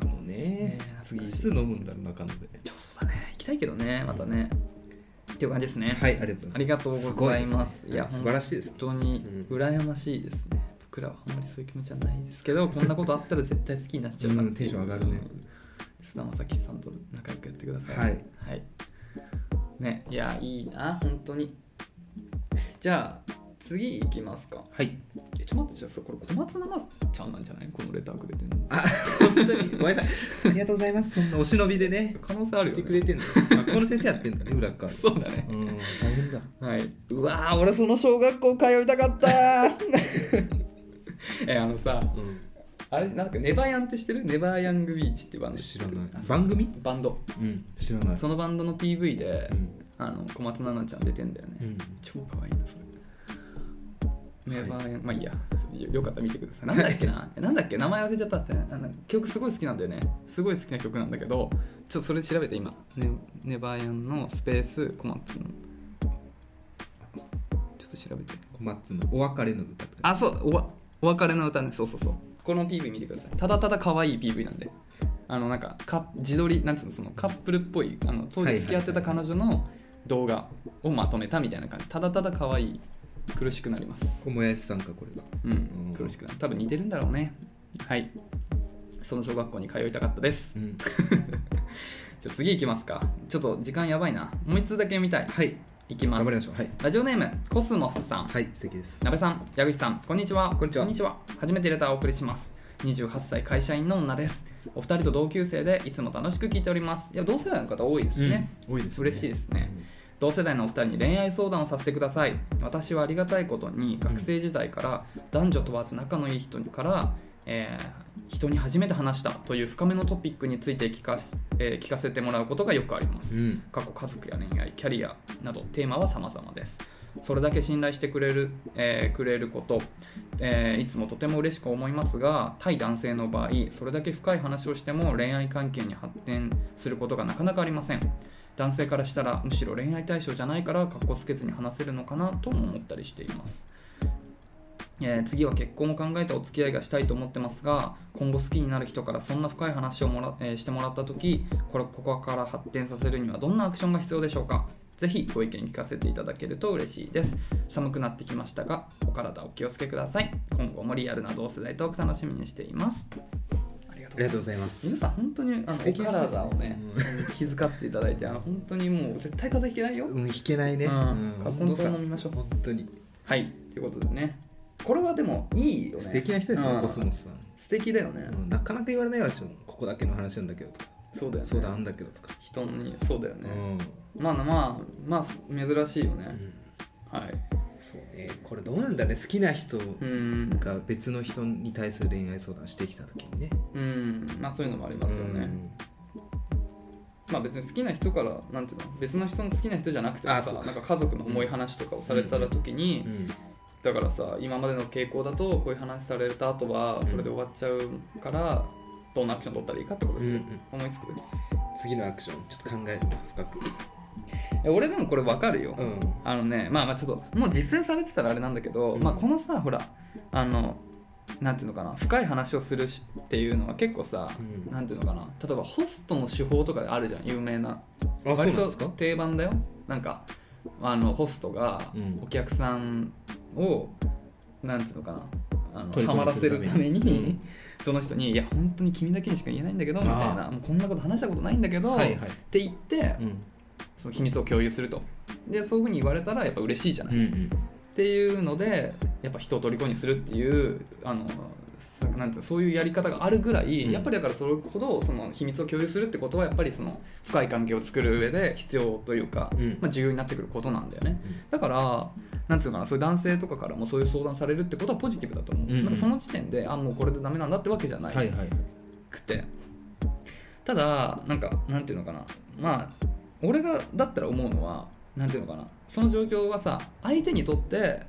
Speaker 1: 中野ね
Speaker 2: ね
Speaker 1: 次い
Speaker 2: 懐かしい
Speaker 1: つ飲むんだろう中野で
Speaker 2: ちょそうだね行きたいけどねまたねっていう感じですね
Speaker 1: はいありがとうございます
Speaker 2: ありがとうございます
Speaker 1: ごいですね素晴らしいです
Speaker 2: 本当に羨ましいですね、僕らはあんまりそういう気持ちはないですけどこんなことあったら絶対好きになっちゃうなっていう
Speaker 1: うんテンション上がるね
Speaker 2: 菅田将暉さんと仲良くやってください
Speaker 1: はい、
Speaker 2: はい、ねいやいいな本当にじゃあ次行きますか
Speaker 1: はい
Speaker 2: えちょっと待ってじゃあそうこれ小松菜奈ちゃんなんじゃないこのレターくれてるの
Speaker 1: あ本当にごめん なさいありがとうございますそんなお忍びでね
Speaker 2: 可能性ある
Speaker 1: 来
Speaker 2: よ
Speaker 1: て
Speaker 2: ね
Speaker 1: くれて んのあこの先生やってんだね裏側
Speaker 2: そうだね
Speaker 1: うん大変だ
Speaker 2: はいうわー俺その小学校通いたかったー えあのさ
Speaker 1: う
Speaker 2: あれなんかネバヤンって知ってるネバーヤングビーチっていうバン
Speaker 1: ん
Speaker 2: ド
Speaker 1: 知らない
Speaker 2: あそう
Speaker 1: 番組
Speaker 2: バンド
Speaker 1: うん知らない
Speaker 2: そのバンドの PV で、
Speaker 1: うん
Speaker 2: あの小松菜奈ちゃん出てんだよね、
Speaker 1: うん
Speaker 2: 超可愛いなそれネバーヤン、まあいいやよよかったら見てくださいなんだっけななんだっけ名前忘れちゃったってあの曲すごい好きなんだよねすごい好きな曲なんだけどちょっとそれ調べて今、ね、ネバーヤンのスペース小松菜奈ちょっと調べて
Speaker 1: 小松のお別れの歌とか
Speaker 2: あそうおわお別れの歌ねそうそうそうこの PV 見てくださいただただ可愛い PV なんであのなんかか自撮りなんつうのそのカップルっぽいあの当時付き合ってた彼女の動画をまとめたみたいな感じただただ可愛い苦しくなります
Speaker 1: 小林さんかこれが
Speaker 2: う
Speaker 1: うん
Speaker 2: ん苦しくなる多分似てるんだろうねはいその小学校に通いたかったです
Speaker 1: うん
Speaker 2: じゃあ次行きますかちょっと時間やばいなもう一通だけ読みたい
Speaker 1: はい
Speaker 2: いきま
Speaker 1: 頑張りますしょうはい
Speaker 2: ラジオネームコスモスさん
Speaker 1: はい素敵です
Speaker 2: なべさん、矢口さん、こんにちは。
Speaker 1: こんにちは
Speaker 2: 初めてレターをお送りします。28歳会社員の女です。お二人と同級生でいつも楽しく聞いております。いや、同世代の方多いですね。
Speaker 1: うん多いですね
Speaker 2: 嬉しいですね。同世代のお二人に恋愛相談をさせてください。私はありがたいことに学生時代から男女問わず仲のいい人から、えー人に初めて話したという深めのトピックについて聞か,、えー聞かせてもらうことがよくあります
Speaker 1: う。ん
Speaker 2: 過去家族や恋愛キャリアなどテーマは様々ですそれだけ信頼してくれる,、えーくれること、えーいつもとても嬉しく思いますが対男性の場合それだけ深い話をしても恋愛関係に発展することがなかなかありません男性からしたらむしろ恋愛対象じゃないからかっこつけずに話せるのかなとも思ったりしていますえー次は結婚を考えたお付き合いがしたいと思ってますが今後好きになる人からそんな深い話をもら、えーしてもらった時これここから発展させるにはどんなアクションが必要でしょうかぜひご意見聞かせていただけると嬉しいです寒くなってきましたがお体お気をつけください今後もリアルな同世代トーク楽しみにしていますありが
Speaker 1: ありがとうございます
Speaker 2: 皆さん本当にあの
Speaker 1: 素
Speaker 2: お
Speaker 1: 敵な人ですね
Speaker 2: 体をね気遣っていただいてあの本当にもう絶対風邪ひけないよ
Speaker 1: うん弾けないね
Speaker 2: うん
Speaker 1: うん本当さ
Speaker 2: カポンと飲みましょう
Speaker 1: 本当に
Speaker 2: はいということでねこれはでもいいよね
Speaker 1: 素敵な人です
Speaker 2: う
Speaker 1: ね
Speaker 2: ん
Speaker 1: コスモスさん
Speaker 2: 素敵だよね、
Speaker 1: うんなかなか言われないわでしょここだけの話なんだけどとか
Speaker 2: そうだよね
Speaker 1: 相談あんだけどとか
Speaker 2: 人にそうだよ
Speaker 1: う
Speaker 2: ね、
Speaker 1: ん
Speaker 2: まあまあまあ珍しいよね、はい
Speaker 1: そうねこれどうなんだね好きな人
Speaker 2: うん
Speaker 1: が別の人に対する恋愛相談してきた時にね
Speaker 2: うんまあそういうのもありますよね、まあ別に好きな人からなんていうの別の人の好きな人じゃなくても
Speaker 1: あ
Speaker 2: さ
Speaker 1: そうか
Speaker 2: なんか家族の重い話とかをされたら時に、
Speaker 1: うん
Speaker 2: だからさ今までの傾向だとこういう話された後はそれで終わっちゃうからどんなアクション取ったらいいかってことですよ、
Speaker 1: うんうん
Speaker 2: 思いつく
Speaker 1: 次のアクションちょっと考えるな深く
Speaker 2: え俺でもこれ分かるよ、
Speaker 1: うん
Speaker 2: あのねまあまあちょっともう実践されてたらあれなんだけど、
Speaker 1: うん
Speaker 2: まあこのさほらあのなんていうのかな深い話をするしっていうのは結構さ、
Speaker 1: うん
Speaker 2: なんていうのかな例えばホストの手法とかであるじゃん有名な
Speaker 1: あそうな
Speaker 2: 割
Speaker 1: んで
Speaker 2: と
Speaker 1: すか
Speaker 2: 定番だよなんかあのホストが
Speaker 1: うん
Speaker 2: お客さんを、なんていうのかなあの
Speaker 1: 虜に
Speaker 2: ハマらせるために
Speaker 1: するためにうん
Speaker 2: その人に「いや本当に君だけにしか言えないんだけど」みたいな「もうこんなこと話したことないんだけど」
Speaker 1: はいはい
Speaker 2: って言って
Speaker 1: うん
Speaker 2: その秘密を共有するとでそういうふうに言われたらやっぱ嬉しいじゃない、
Speaker 1: うん
Speaker 2: っ
Speaker 1: うん
Speaker 2: ていうのでやっぱ人を虜にするっていうあのさなんていうのそういうやり方があるぐらい、
Speaker 1: うん
Speaker 2: やっぱりだからそれほどその秘密を共有するってことはやっぱりその深い関係を作る上で必要というか、
Speaker 1: うん
Speaker 2: まあ、重要になってくることなんだよね
Speaker 1: うん
Speaker 2: だからなんつうのかなそういう男性とかからもそういう相談されるってことはポジティブだと思う、
Speaker 1: うんうん
Speaker 2: なんかその時点であもうこれでダメなんだってわけじゃない、
Speaker 1: はいはいはい
Speaker 2: くてただなんかなんていうのかなまあ俺がだったら思うのはなんていうのかなその状況はさ相手にとって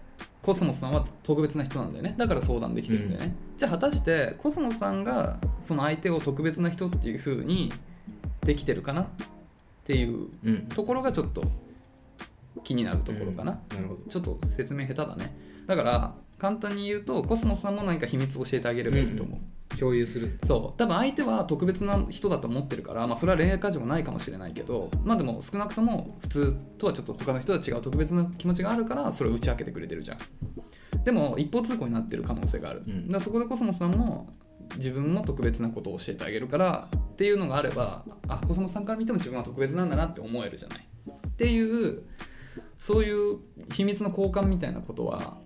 Speaker 2: コスモスさんは特別な人なんだよねだから相談できてるんだよね、じゃあ果たしてコスモスさんがその相手を特別な人っていう風にできてるかなっていう
Speaker 1: うん
Speaker 2: ところがちょっと気になるところかな、
Speaker 1: うんなるほど
Speaker 2: ちょっと説明下手だねだから簡単に言うとコスモスさんも何か秘密を教えてあげればいいと思う、
Speaker 1: 共有する
Speaker 2: そう多分相手は特別な人だと思ってるから、まあ、それは恋愛感情がないかもしれないけどまあでも少なくとも普通とはちょっと他の人とは違う特別な気持ちがあるからそれを打ち明けてくれてるじゃんでも一方通行になってる可能性がある、
Speaker 1: うん
Speaker 2: だからそこでコスモスさんも自分も特別なことを教えてあげるからっていうのがあればあコスモスさんから見ても自分は特別なんだなって思えるじゃないっていうそういう秘密の交換みたいなことは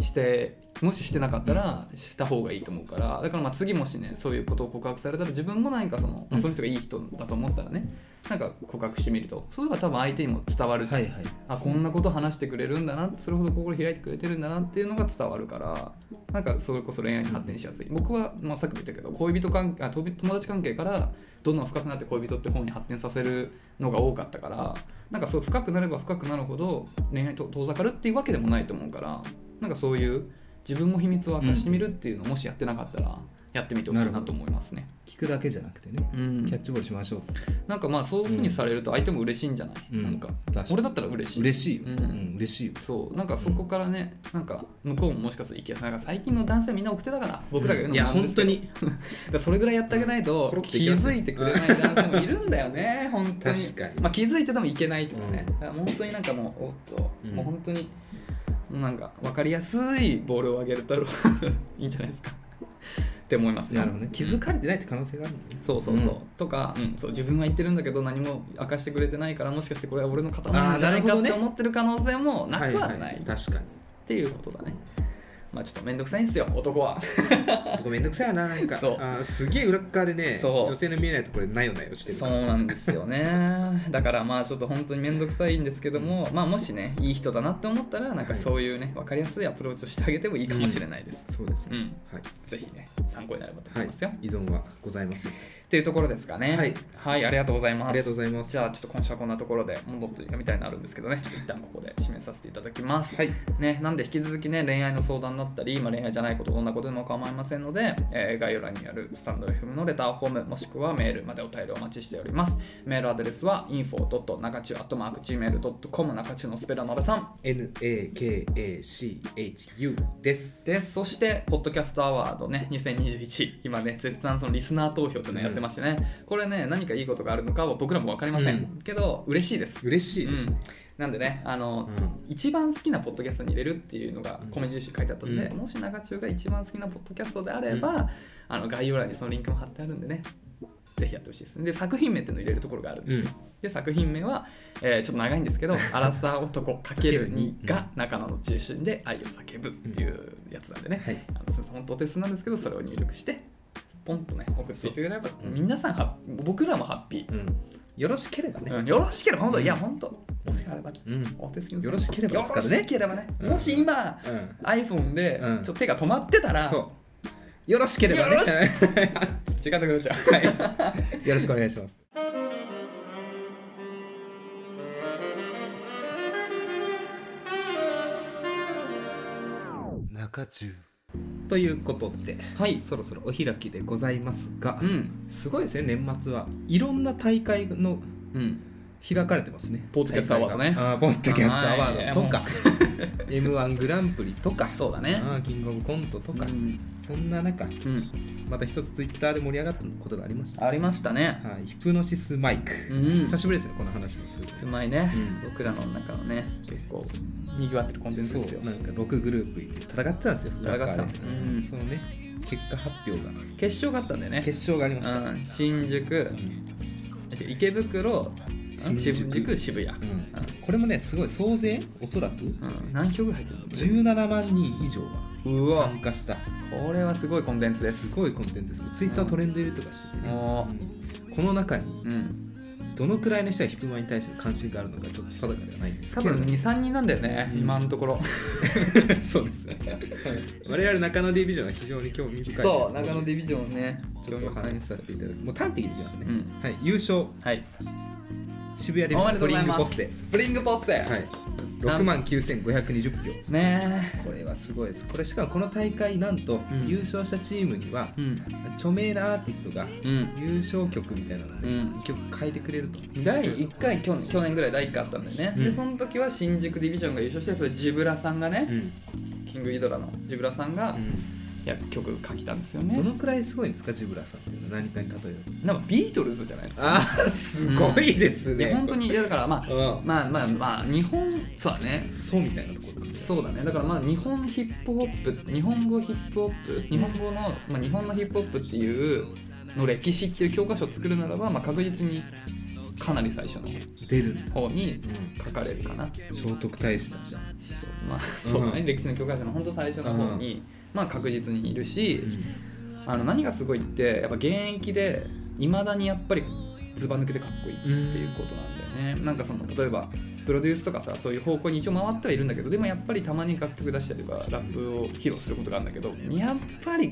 Speaker 2: してもししてなかったらした方がいいと思うからだからまあ次もしねそういうことを告白されたら自分も何かその、まあその人がいい人だと思ったらねなんか告白してみるとそうすれば多分相手にも伝わるじゃん、
Speaker 1: はいはい
Speaker 2: あこんなこと話してくれるんだなそれほど心開いてくれてるんだなっていうのが伝わるからなんかそれこそ恋愛に発展しやすい僕は、まあ、さっきも言ったけど恋人関あ友友達関係からどんどん深くなって恋人って方に発展させるのが多かったからなんかそう深くなれば深くなるほど恋愛と遠ざかるっていうわけでもないと思うからなんかそういう自分も秘密を明かしてみるっていうのをもしやってなかったらやってみてほしいなと思いますね。
Speaker 1: 聞くだけじゃなくてね、
Speaker 2: うん
Speaker 1: キャッチボールしましょう
Speaker 2: なんかまあそういうふうにされると相手も嬉しいんじゃない、
Speaker 1: うん
Speaker 2: なんか
Speaker 1: 確かに
Speaker 2: 俺だったら嬉しい
Speaker 1: 嬉しいよ、
Speaker 2: う
Speaker 1: うんん嬉しいよ
Speaker 2: そうなんかそこからね、なんか向こうももしかするといけなんか最近の男性みんな奥手だから僕らが言うの
Speaker 1: いや
Speaker 2: もなんで
Speaker 1: 本
Speaker 2: す
Speaker 1: 当
Speaker 2: けど
Speaker 1: に
Speaker 2: だからそれぐらいやってあげないと
Speaker 1: コロッ
Speaker 2: 気
Speaker 1: ていきますよ
Speaker 2: づいてくれない男性もいるんだよ ね本当に
Speaker 1: 確かに
Speaker 2: まあ、気づいててもいけないとかね、だから本当になんかもうおっと、
Speaker 1: うん
Speaker 2: もう本当にもうなんか分かりやすいボールを上げると いいんじゃないですか って思いますね
Speaker 1: なるほどね気づかれてないって可能性があるんだね
Speaker 2: そうそうそう、
Speaker 1: うん
Speaker 2: とか、うん、そう自分は言ってるんだけど何も明かしてくれてないからもしかしてこれは俺の片思いなんじゃないか
Speaker 1: あー
Speaker 2: っ
Speaker 1: なるほど
Speaker 2: て
Speaker 1: ね
Speaker 2: 思ってる可能性もなくはな
Speaker 1: は
Speaker 2: い、
Speaker 1: は確かに
Speaker 2: っていうことだねまあちょっと面倒くさいんですよ男は
Speaker 1: 男めんどくさいよななんか
Speaker 2: そう
Speaker 1: あーすげえ裏っ側でね
Speaker 2: そう
Speaker 1: 女性の見えないところでなよなよしてる
Speaker 2: そ
Speaker 1: か
Speaker 2: う
Speaker 1: ら
Speaker 2: なんです よねだからまあちょっと本当に面倒くさいんですけどもまあもしねいい人だなって思ったらなんか
Speaker 1: はい
Speaker 2: そういうね分かりやすいアプローチをしてあげてもいいかもしれないです
Speaker 1: そうです
Speaker 2: うん、
Speaker 1: ね、はい
Speaker 2: ぜひね参考になればと
Speaker 1: は
Speaker 2: 思い
Speaker 1: い
Speaker 2: ますよ、
Speaker 1: 依存はございます
Speaker 2: っていうところですかね
Speaker 1: はい、
Speaker 2: ありがとうございます
Speaker 1: ありがとうございます
Speaker 2: じゃあちょっと今週はこんなところで戻っていくみたいになるんですけどねちょっと一旦ここで締めさせていただきます、
Speaker 1: はい
Speaker 2: ね、なんで引き続きね恋愛の相談だったり、まあ、恋愛じゃないことどんなことでも構いませんので、えー概要欄にあるスタンド FM のレターフォームもしくはメールまでお便りお待ちしておりますメールアドレスは info.nakachu.gmail.com 中中のスペラのべさん
Speaker 1: NAKACHU です
Speaker 2: でそして、ポッドキャストアワードね、2021、今ね、絶賛そのリスナー投票っていうのやってましてね、これね、何かいいことがあるのかは僕らも分かりません、
Speaker 1: うん
Speaker 2: けど、嬉しいです。
Speaker 1: 嬉しいですね、
Speaker 2: うん、なんでねあの、
Speaker 1: うん
Speaker 2: 一番好きなポッドキャストに入れるっていうのが
Speaker 1: うん
Speaker 2: 米印書いてあったんで、
Speaker 1: うん
Speaker 2: もし長中が一番好きなポッドキャストであれば、あの概要欄にそのリンクも貼ってあるんでねぜひやってほしいですで作品名っていうのを入れるところがあるんですよ、で作品名は、えーちょっと長いんですけど「アラサー男 ×2」が中野の中心で愛を叫ぶっていうやつなんでね、
Speaker 1: はい
Speaker 2: あのすいません本当お手数なんですけどそれを入力してポンとね送っていただければ、
Speaker 1: うん
Speaker 2: 皆さんハッ僕らもハッピー、
Speaker 1: うんよろしければね、
Speaker 2: うんよろしければ本当、いや本当もしあればね、
Speaker 1: うん
Speaker 2: お手すきの
Speaker 1: よろしければですからね
Speaker 2: よろしければね、
Speaker 1: うん
Speaker 2: もし今、
Speaker 1: うん
Speaker 2: iPhone で
Speaker 1: うん
Speaker 2: ちょっと手が止まってたら、
Speaker 1: そうよろしければね
Speaker 2: よろし時間なくなっちゃう、
Speaker 1: よろしくお願いします中中ということで
Speaker 2: はい
Speaker 1: そろそろお開きでございますが、
Speaker 2: うん
Speaker 1: すごいですね年末はいろんな大会の
Speaker 2: うん
Speaker 1: 開かれてますね
Speaker 2: ポッドキャストアワードね
Speaker 1: 大会があーポッドキャストアワ
Speaker 2: はい
Speaker 1: ードとか m 1グランプリとか
Speaker 2: そうだね
Speaker 1: あーキングオブコントとか、
Speaker 2: うん
Speaker 1: そんな中
Speaker 2: うん
Speaker 1: また一つツイッターで盛り上がったことがありました
Speaker 2: ありましたね
Speaker 1: はい、ヒプノシスマイク、
Speaker 2: うん
Speaker 1: 久しぶりですねこの話もする
Speaker 2: うまいね、
Speaker 1: うん
Speaker 2: 僕らの中のね結構にぎわってるコンテンツですよ
Speaker 1: なんか6グループいて戦ってたんですよ
Speaker 2: 戦ってた
Speaker 1: 裏側で
Speaker 2: うん
Speaker 1: そのね結果発表が
Speaker 2: 決勝があったんだよね
Speaker 1: 決勝がありました、うん
Speaker 2: うん、新宿あ違う池袋
Speaker 1: 新宿
Speaker 2: 新宿渋谷、うん
Speaker 1: これもねすごい総勢おそらく
Speaker 2: うん何票ぐらい入ってるの
Speaker 1: 17万人以上
Speaker 2: う
Speaker 1: が
Speaker 2: わ
Speaker 1: 参加した
Speaker 2: これはすごいコンテンツです
Speaker 1: すごいコンテンツですツイッタートレンド入りとかしててね、
Speaker 2: も
Speaker 1: うんこの中に
Speaker 2: う、うん、
Speaker 1: どのくらいの人がヒプマイに対して関心があるのかちょっと定かじゃないんです
Speaker 2: 多
Speaker 1: けど
Speaker 2: 分23人なんだよね、
Speaker 1: うん
Speaker 2: 今のところ
Speaker 1: そう ですね我々中野ディビジョンは非常に興味深い
Speaker 2: そう中野ディビジョンね
Speaker 1: ちょっとお話しさせていただきもう端的にいきますね、
Speaker 2: うん
Speaker 1: はい優勝
Speaker 2: はい
Speaker 1: 渋谷で
Speaker 2: おめでとうござい
Speaker 1: ポ
Speaker 2: ま
Speaker 1: ッ
Speaker 2: す
Speaker 1: セ
Speaker 2: スプリングポッセ、
Speaker 1: はい6万9520票
Speaker 2: ね
Speaker 1: これはすごいですこれしかもこの大会なんと
Speaker 2: ん
Speaker 1: 優勝したチームには
Speaker 2: えうん
Speaker 1: 著名なアーティストが
Speaker 2: うん
Speaker 1: 優勝曲みたいなので
Speaker 2: うん
Speaker 1: 1曲変えてくれると
Speaker 2: 第1回去年去年ぐらい第1回あったんだよね、
Speaker 1: う
Speaker 2: で
Speaker 1: ん
Speaker 2: その時は新宿ディビジョンが優勝してそれジブラさんがね、
Speaker 1: うん
Speaker 2: キングギドラのジブラさんが
Speaker 1: うん
Speaker 2: 薬曲書きたんですよね
Speaker 1: どのくらいすごいんですかジブラさんっていうのは何かに例えると
Speaker 2: なんかビートルズじゃないですか
Speaker 1: あーすごいです
Speaker 2: い
Speaker 1: ね、
Speaker 2: や本当にいやだからまあ
Speaker 1: うん
Speaker 2: まあまあまあ日本はね
Speaker 1: そうみたいなところですね
Speaker 2: そうだねだからまあ日本ヒップホップ日本語ヒップホップ日本語の、まあ、日本のヒップホップっていうの歴史っていう教科書を作るならば、まあ、確実にかなり最初の
Speaker 1: 出るんだ、
Speaker 2: 方に書かれるかな、
Speaker 1: 聖徳太子だじゃん
Speaker 2: まあ
Speaker 1: うん
Speaker 2: そうだね、歴史の教科書の本当最初の方に、まあ、確実にいるし、あの何がすごいってやっぱ現役でいまだにやっぱりずば抜けてかっこいいっていうことなんだよね、なんかその例えばプロデュースとかさそういう方向に一応回ってはいるんだけどでもやっぱりたまに楽曲出したりとかラップを披露することがあるんだけどやっぱり
Speaker 1: 違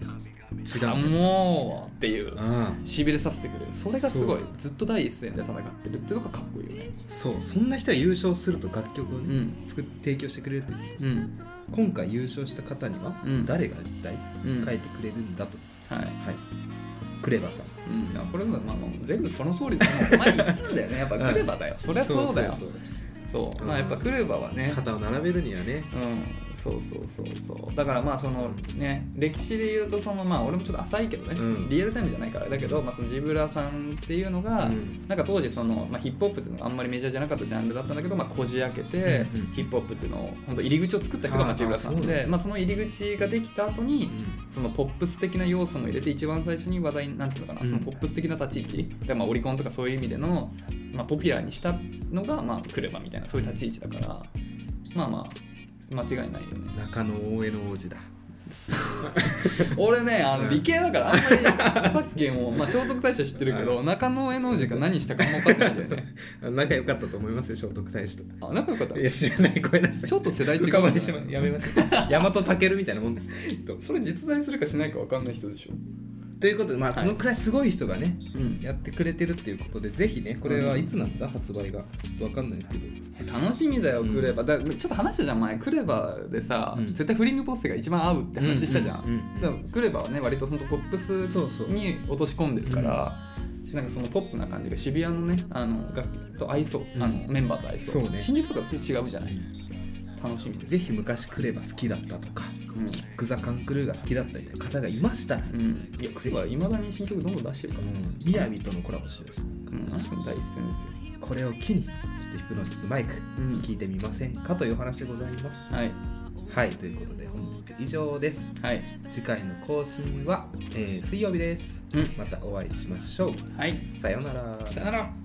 Speaker 1: うもん
Speaker 2: もうっていう
Speaker 1: うん
Speaker 2: しびれさせてくれるそれがすごい
Speaker 1: そう
Speaker 2: ずっと第一線で戦ってるっていうのがかっこいいよね
Speaker 1: そうそんな人が優勝すると楽曲を
Speaker 2: う
Speaker 1: ね、
Speaker 2: ん
Speaker 1: 作って提供してくれるという
Speaker 2: うん
Speaker 1: 今回優勝した方には
Speaker 2: うん
Speaker 1: 誰が一体
Speaker 2: うん
Speaker 1: 書いてくれるんだと、
Speaker 2: は
Speaker 1: は
Speaker 2: い
Speaker 1: いクレバさん
Speaker 2: うん、あこれもまあまあ全部その通りだよ。前言ったんだよね、やっぱクルバだよ。そりゃそうだよ。
Speaker 1: そうそう
Speaker 2: そう、まあやっぱクルバはね、
Speaker 1: 肩を並べるにはね
Speaker 2: うん、そうそうそうそう。だからまあそのね、歴史で言うとそのまあ俺もちょっと浅いけどね、
Speaker 1: うん
Speaker 2: リアルタイムじゃないからあれだけど、まあそのジブラさんっていうのが、
Speaker 1: うん
Speaker 2: なんか当時その、まあ、ヒップホップっていうのがあんまりメジャーじゃなかったジャンルだったんだけど、まあ、こじ開けて、
Speaker 1: うんうん
Speaker 2: ヒップホップっていうのを本当入り口を作った人がまあジブラさ
Speaker 1: あ
Speaker 2: ん
Speaker 1: あそう
Speaker 2: で、まあ、その入り口ができた後に、そのポップス的な要素も入れて一番最初に話題になんていうのかな、
Speaker 1: うん
Speaker 2: そのポップス的な立ち位置で、まあ、オリコンとかそういう意味での、まあ、ポピュラーにしたのが、まあ、クレバみたいなそういう立ち位置だからまあまあ間違いないよ ね
Speaker 1: 中野大江の王子だ
Speaker 2: 俺ねあ
Speaker 1: う
Speaker 2: の
Speaker 1: ん
Speaker 2: 理系だからあん まりさっきも、まあ、聖徳太子は知ってるけど中野絵の字が何したかあんま分かってないんだよね
Speaker 1: あ 仲良かったと思いますよ聖徳太子と
Speaker 2: あ仲良かった
Speaker 1: いや知らないごめんなさい
Speaker 2: ちょっと世代違うん
Speaker 1: 浮
Speaker 2: だ
Speaker 1: か
Speaker 2: よ
Speaker 1: ばれしまやめましょう 大和健みたいなもんですきっと
Speaker 2: それ実在するかしないか分かんない人でしょ
Speaker 1: ということでまあ
Speaker 2: はい
Speaker 1: そのくらいすごい人がね
Speaker 2: うん
Speaker 1: やってくれてるっていうことでぜひねこれは
Speaker 2: うん
Speaker 1: いつなんだ発売がちょっとわかんないですけど
Speaker 2: 楽しみだよ
Speaker 1: うん
Speaker 2: クレバだちょっと話したじゃん前クレバでさ、
Speaker 1: うん
Speaker 2: 絶対フリングポッセが一番合うって話したじゃん、
Speaker 1: うんうん
Speaker 2: だからクレバはね割とほんとポップス
Speaker 1: そうそう
Speaker 2: に落とし込んでるからなんかそのポップな感じが渋谷のねあの楽器と合いそう、
Speaker 1: うん
Speaker 2: あのメンバーと合いそう
Speaker 1: そうね
Speaker 2: 新宿とかと違うじゃない楽しみです、
Speaker 1: ぜひ昔クレバ好きだったとか
Speaker 2: うん
Speaker 1: グザカンクルーが好きだったりという方がいましたら、
Speaker 2: うん、いやクレバはいまだに新曲どんどん出してるからさ、
Speaker 1: みやびとのコラボしてる
Speaker 2: うん、第一線ですよ、
Speaker 1: これを機にちょっとヒプノシスマイク
Speaker 2: うん
Speaker 1: 聞いてみませんかというお話でございます
Speaker 2: はい
Speaker 1: はいということで本日以上です
Speaker 2: はい
Speaker 1: 次回の更新は、えー水曜日です
Speaker 2: うん
Speaker 1: またお会いしましょう
Speaker 2: はい
Speaker 1: さようなら
Speaker 2: さよなら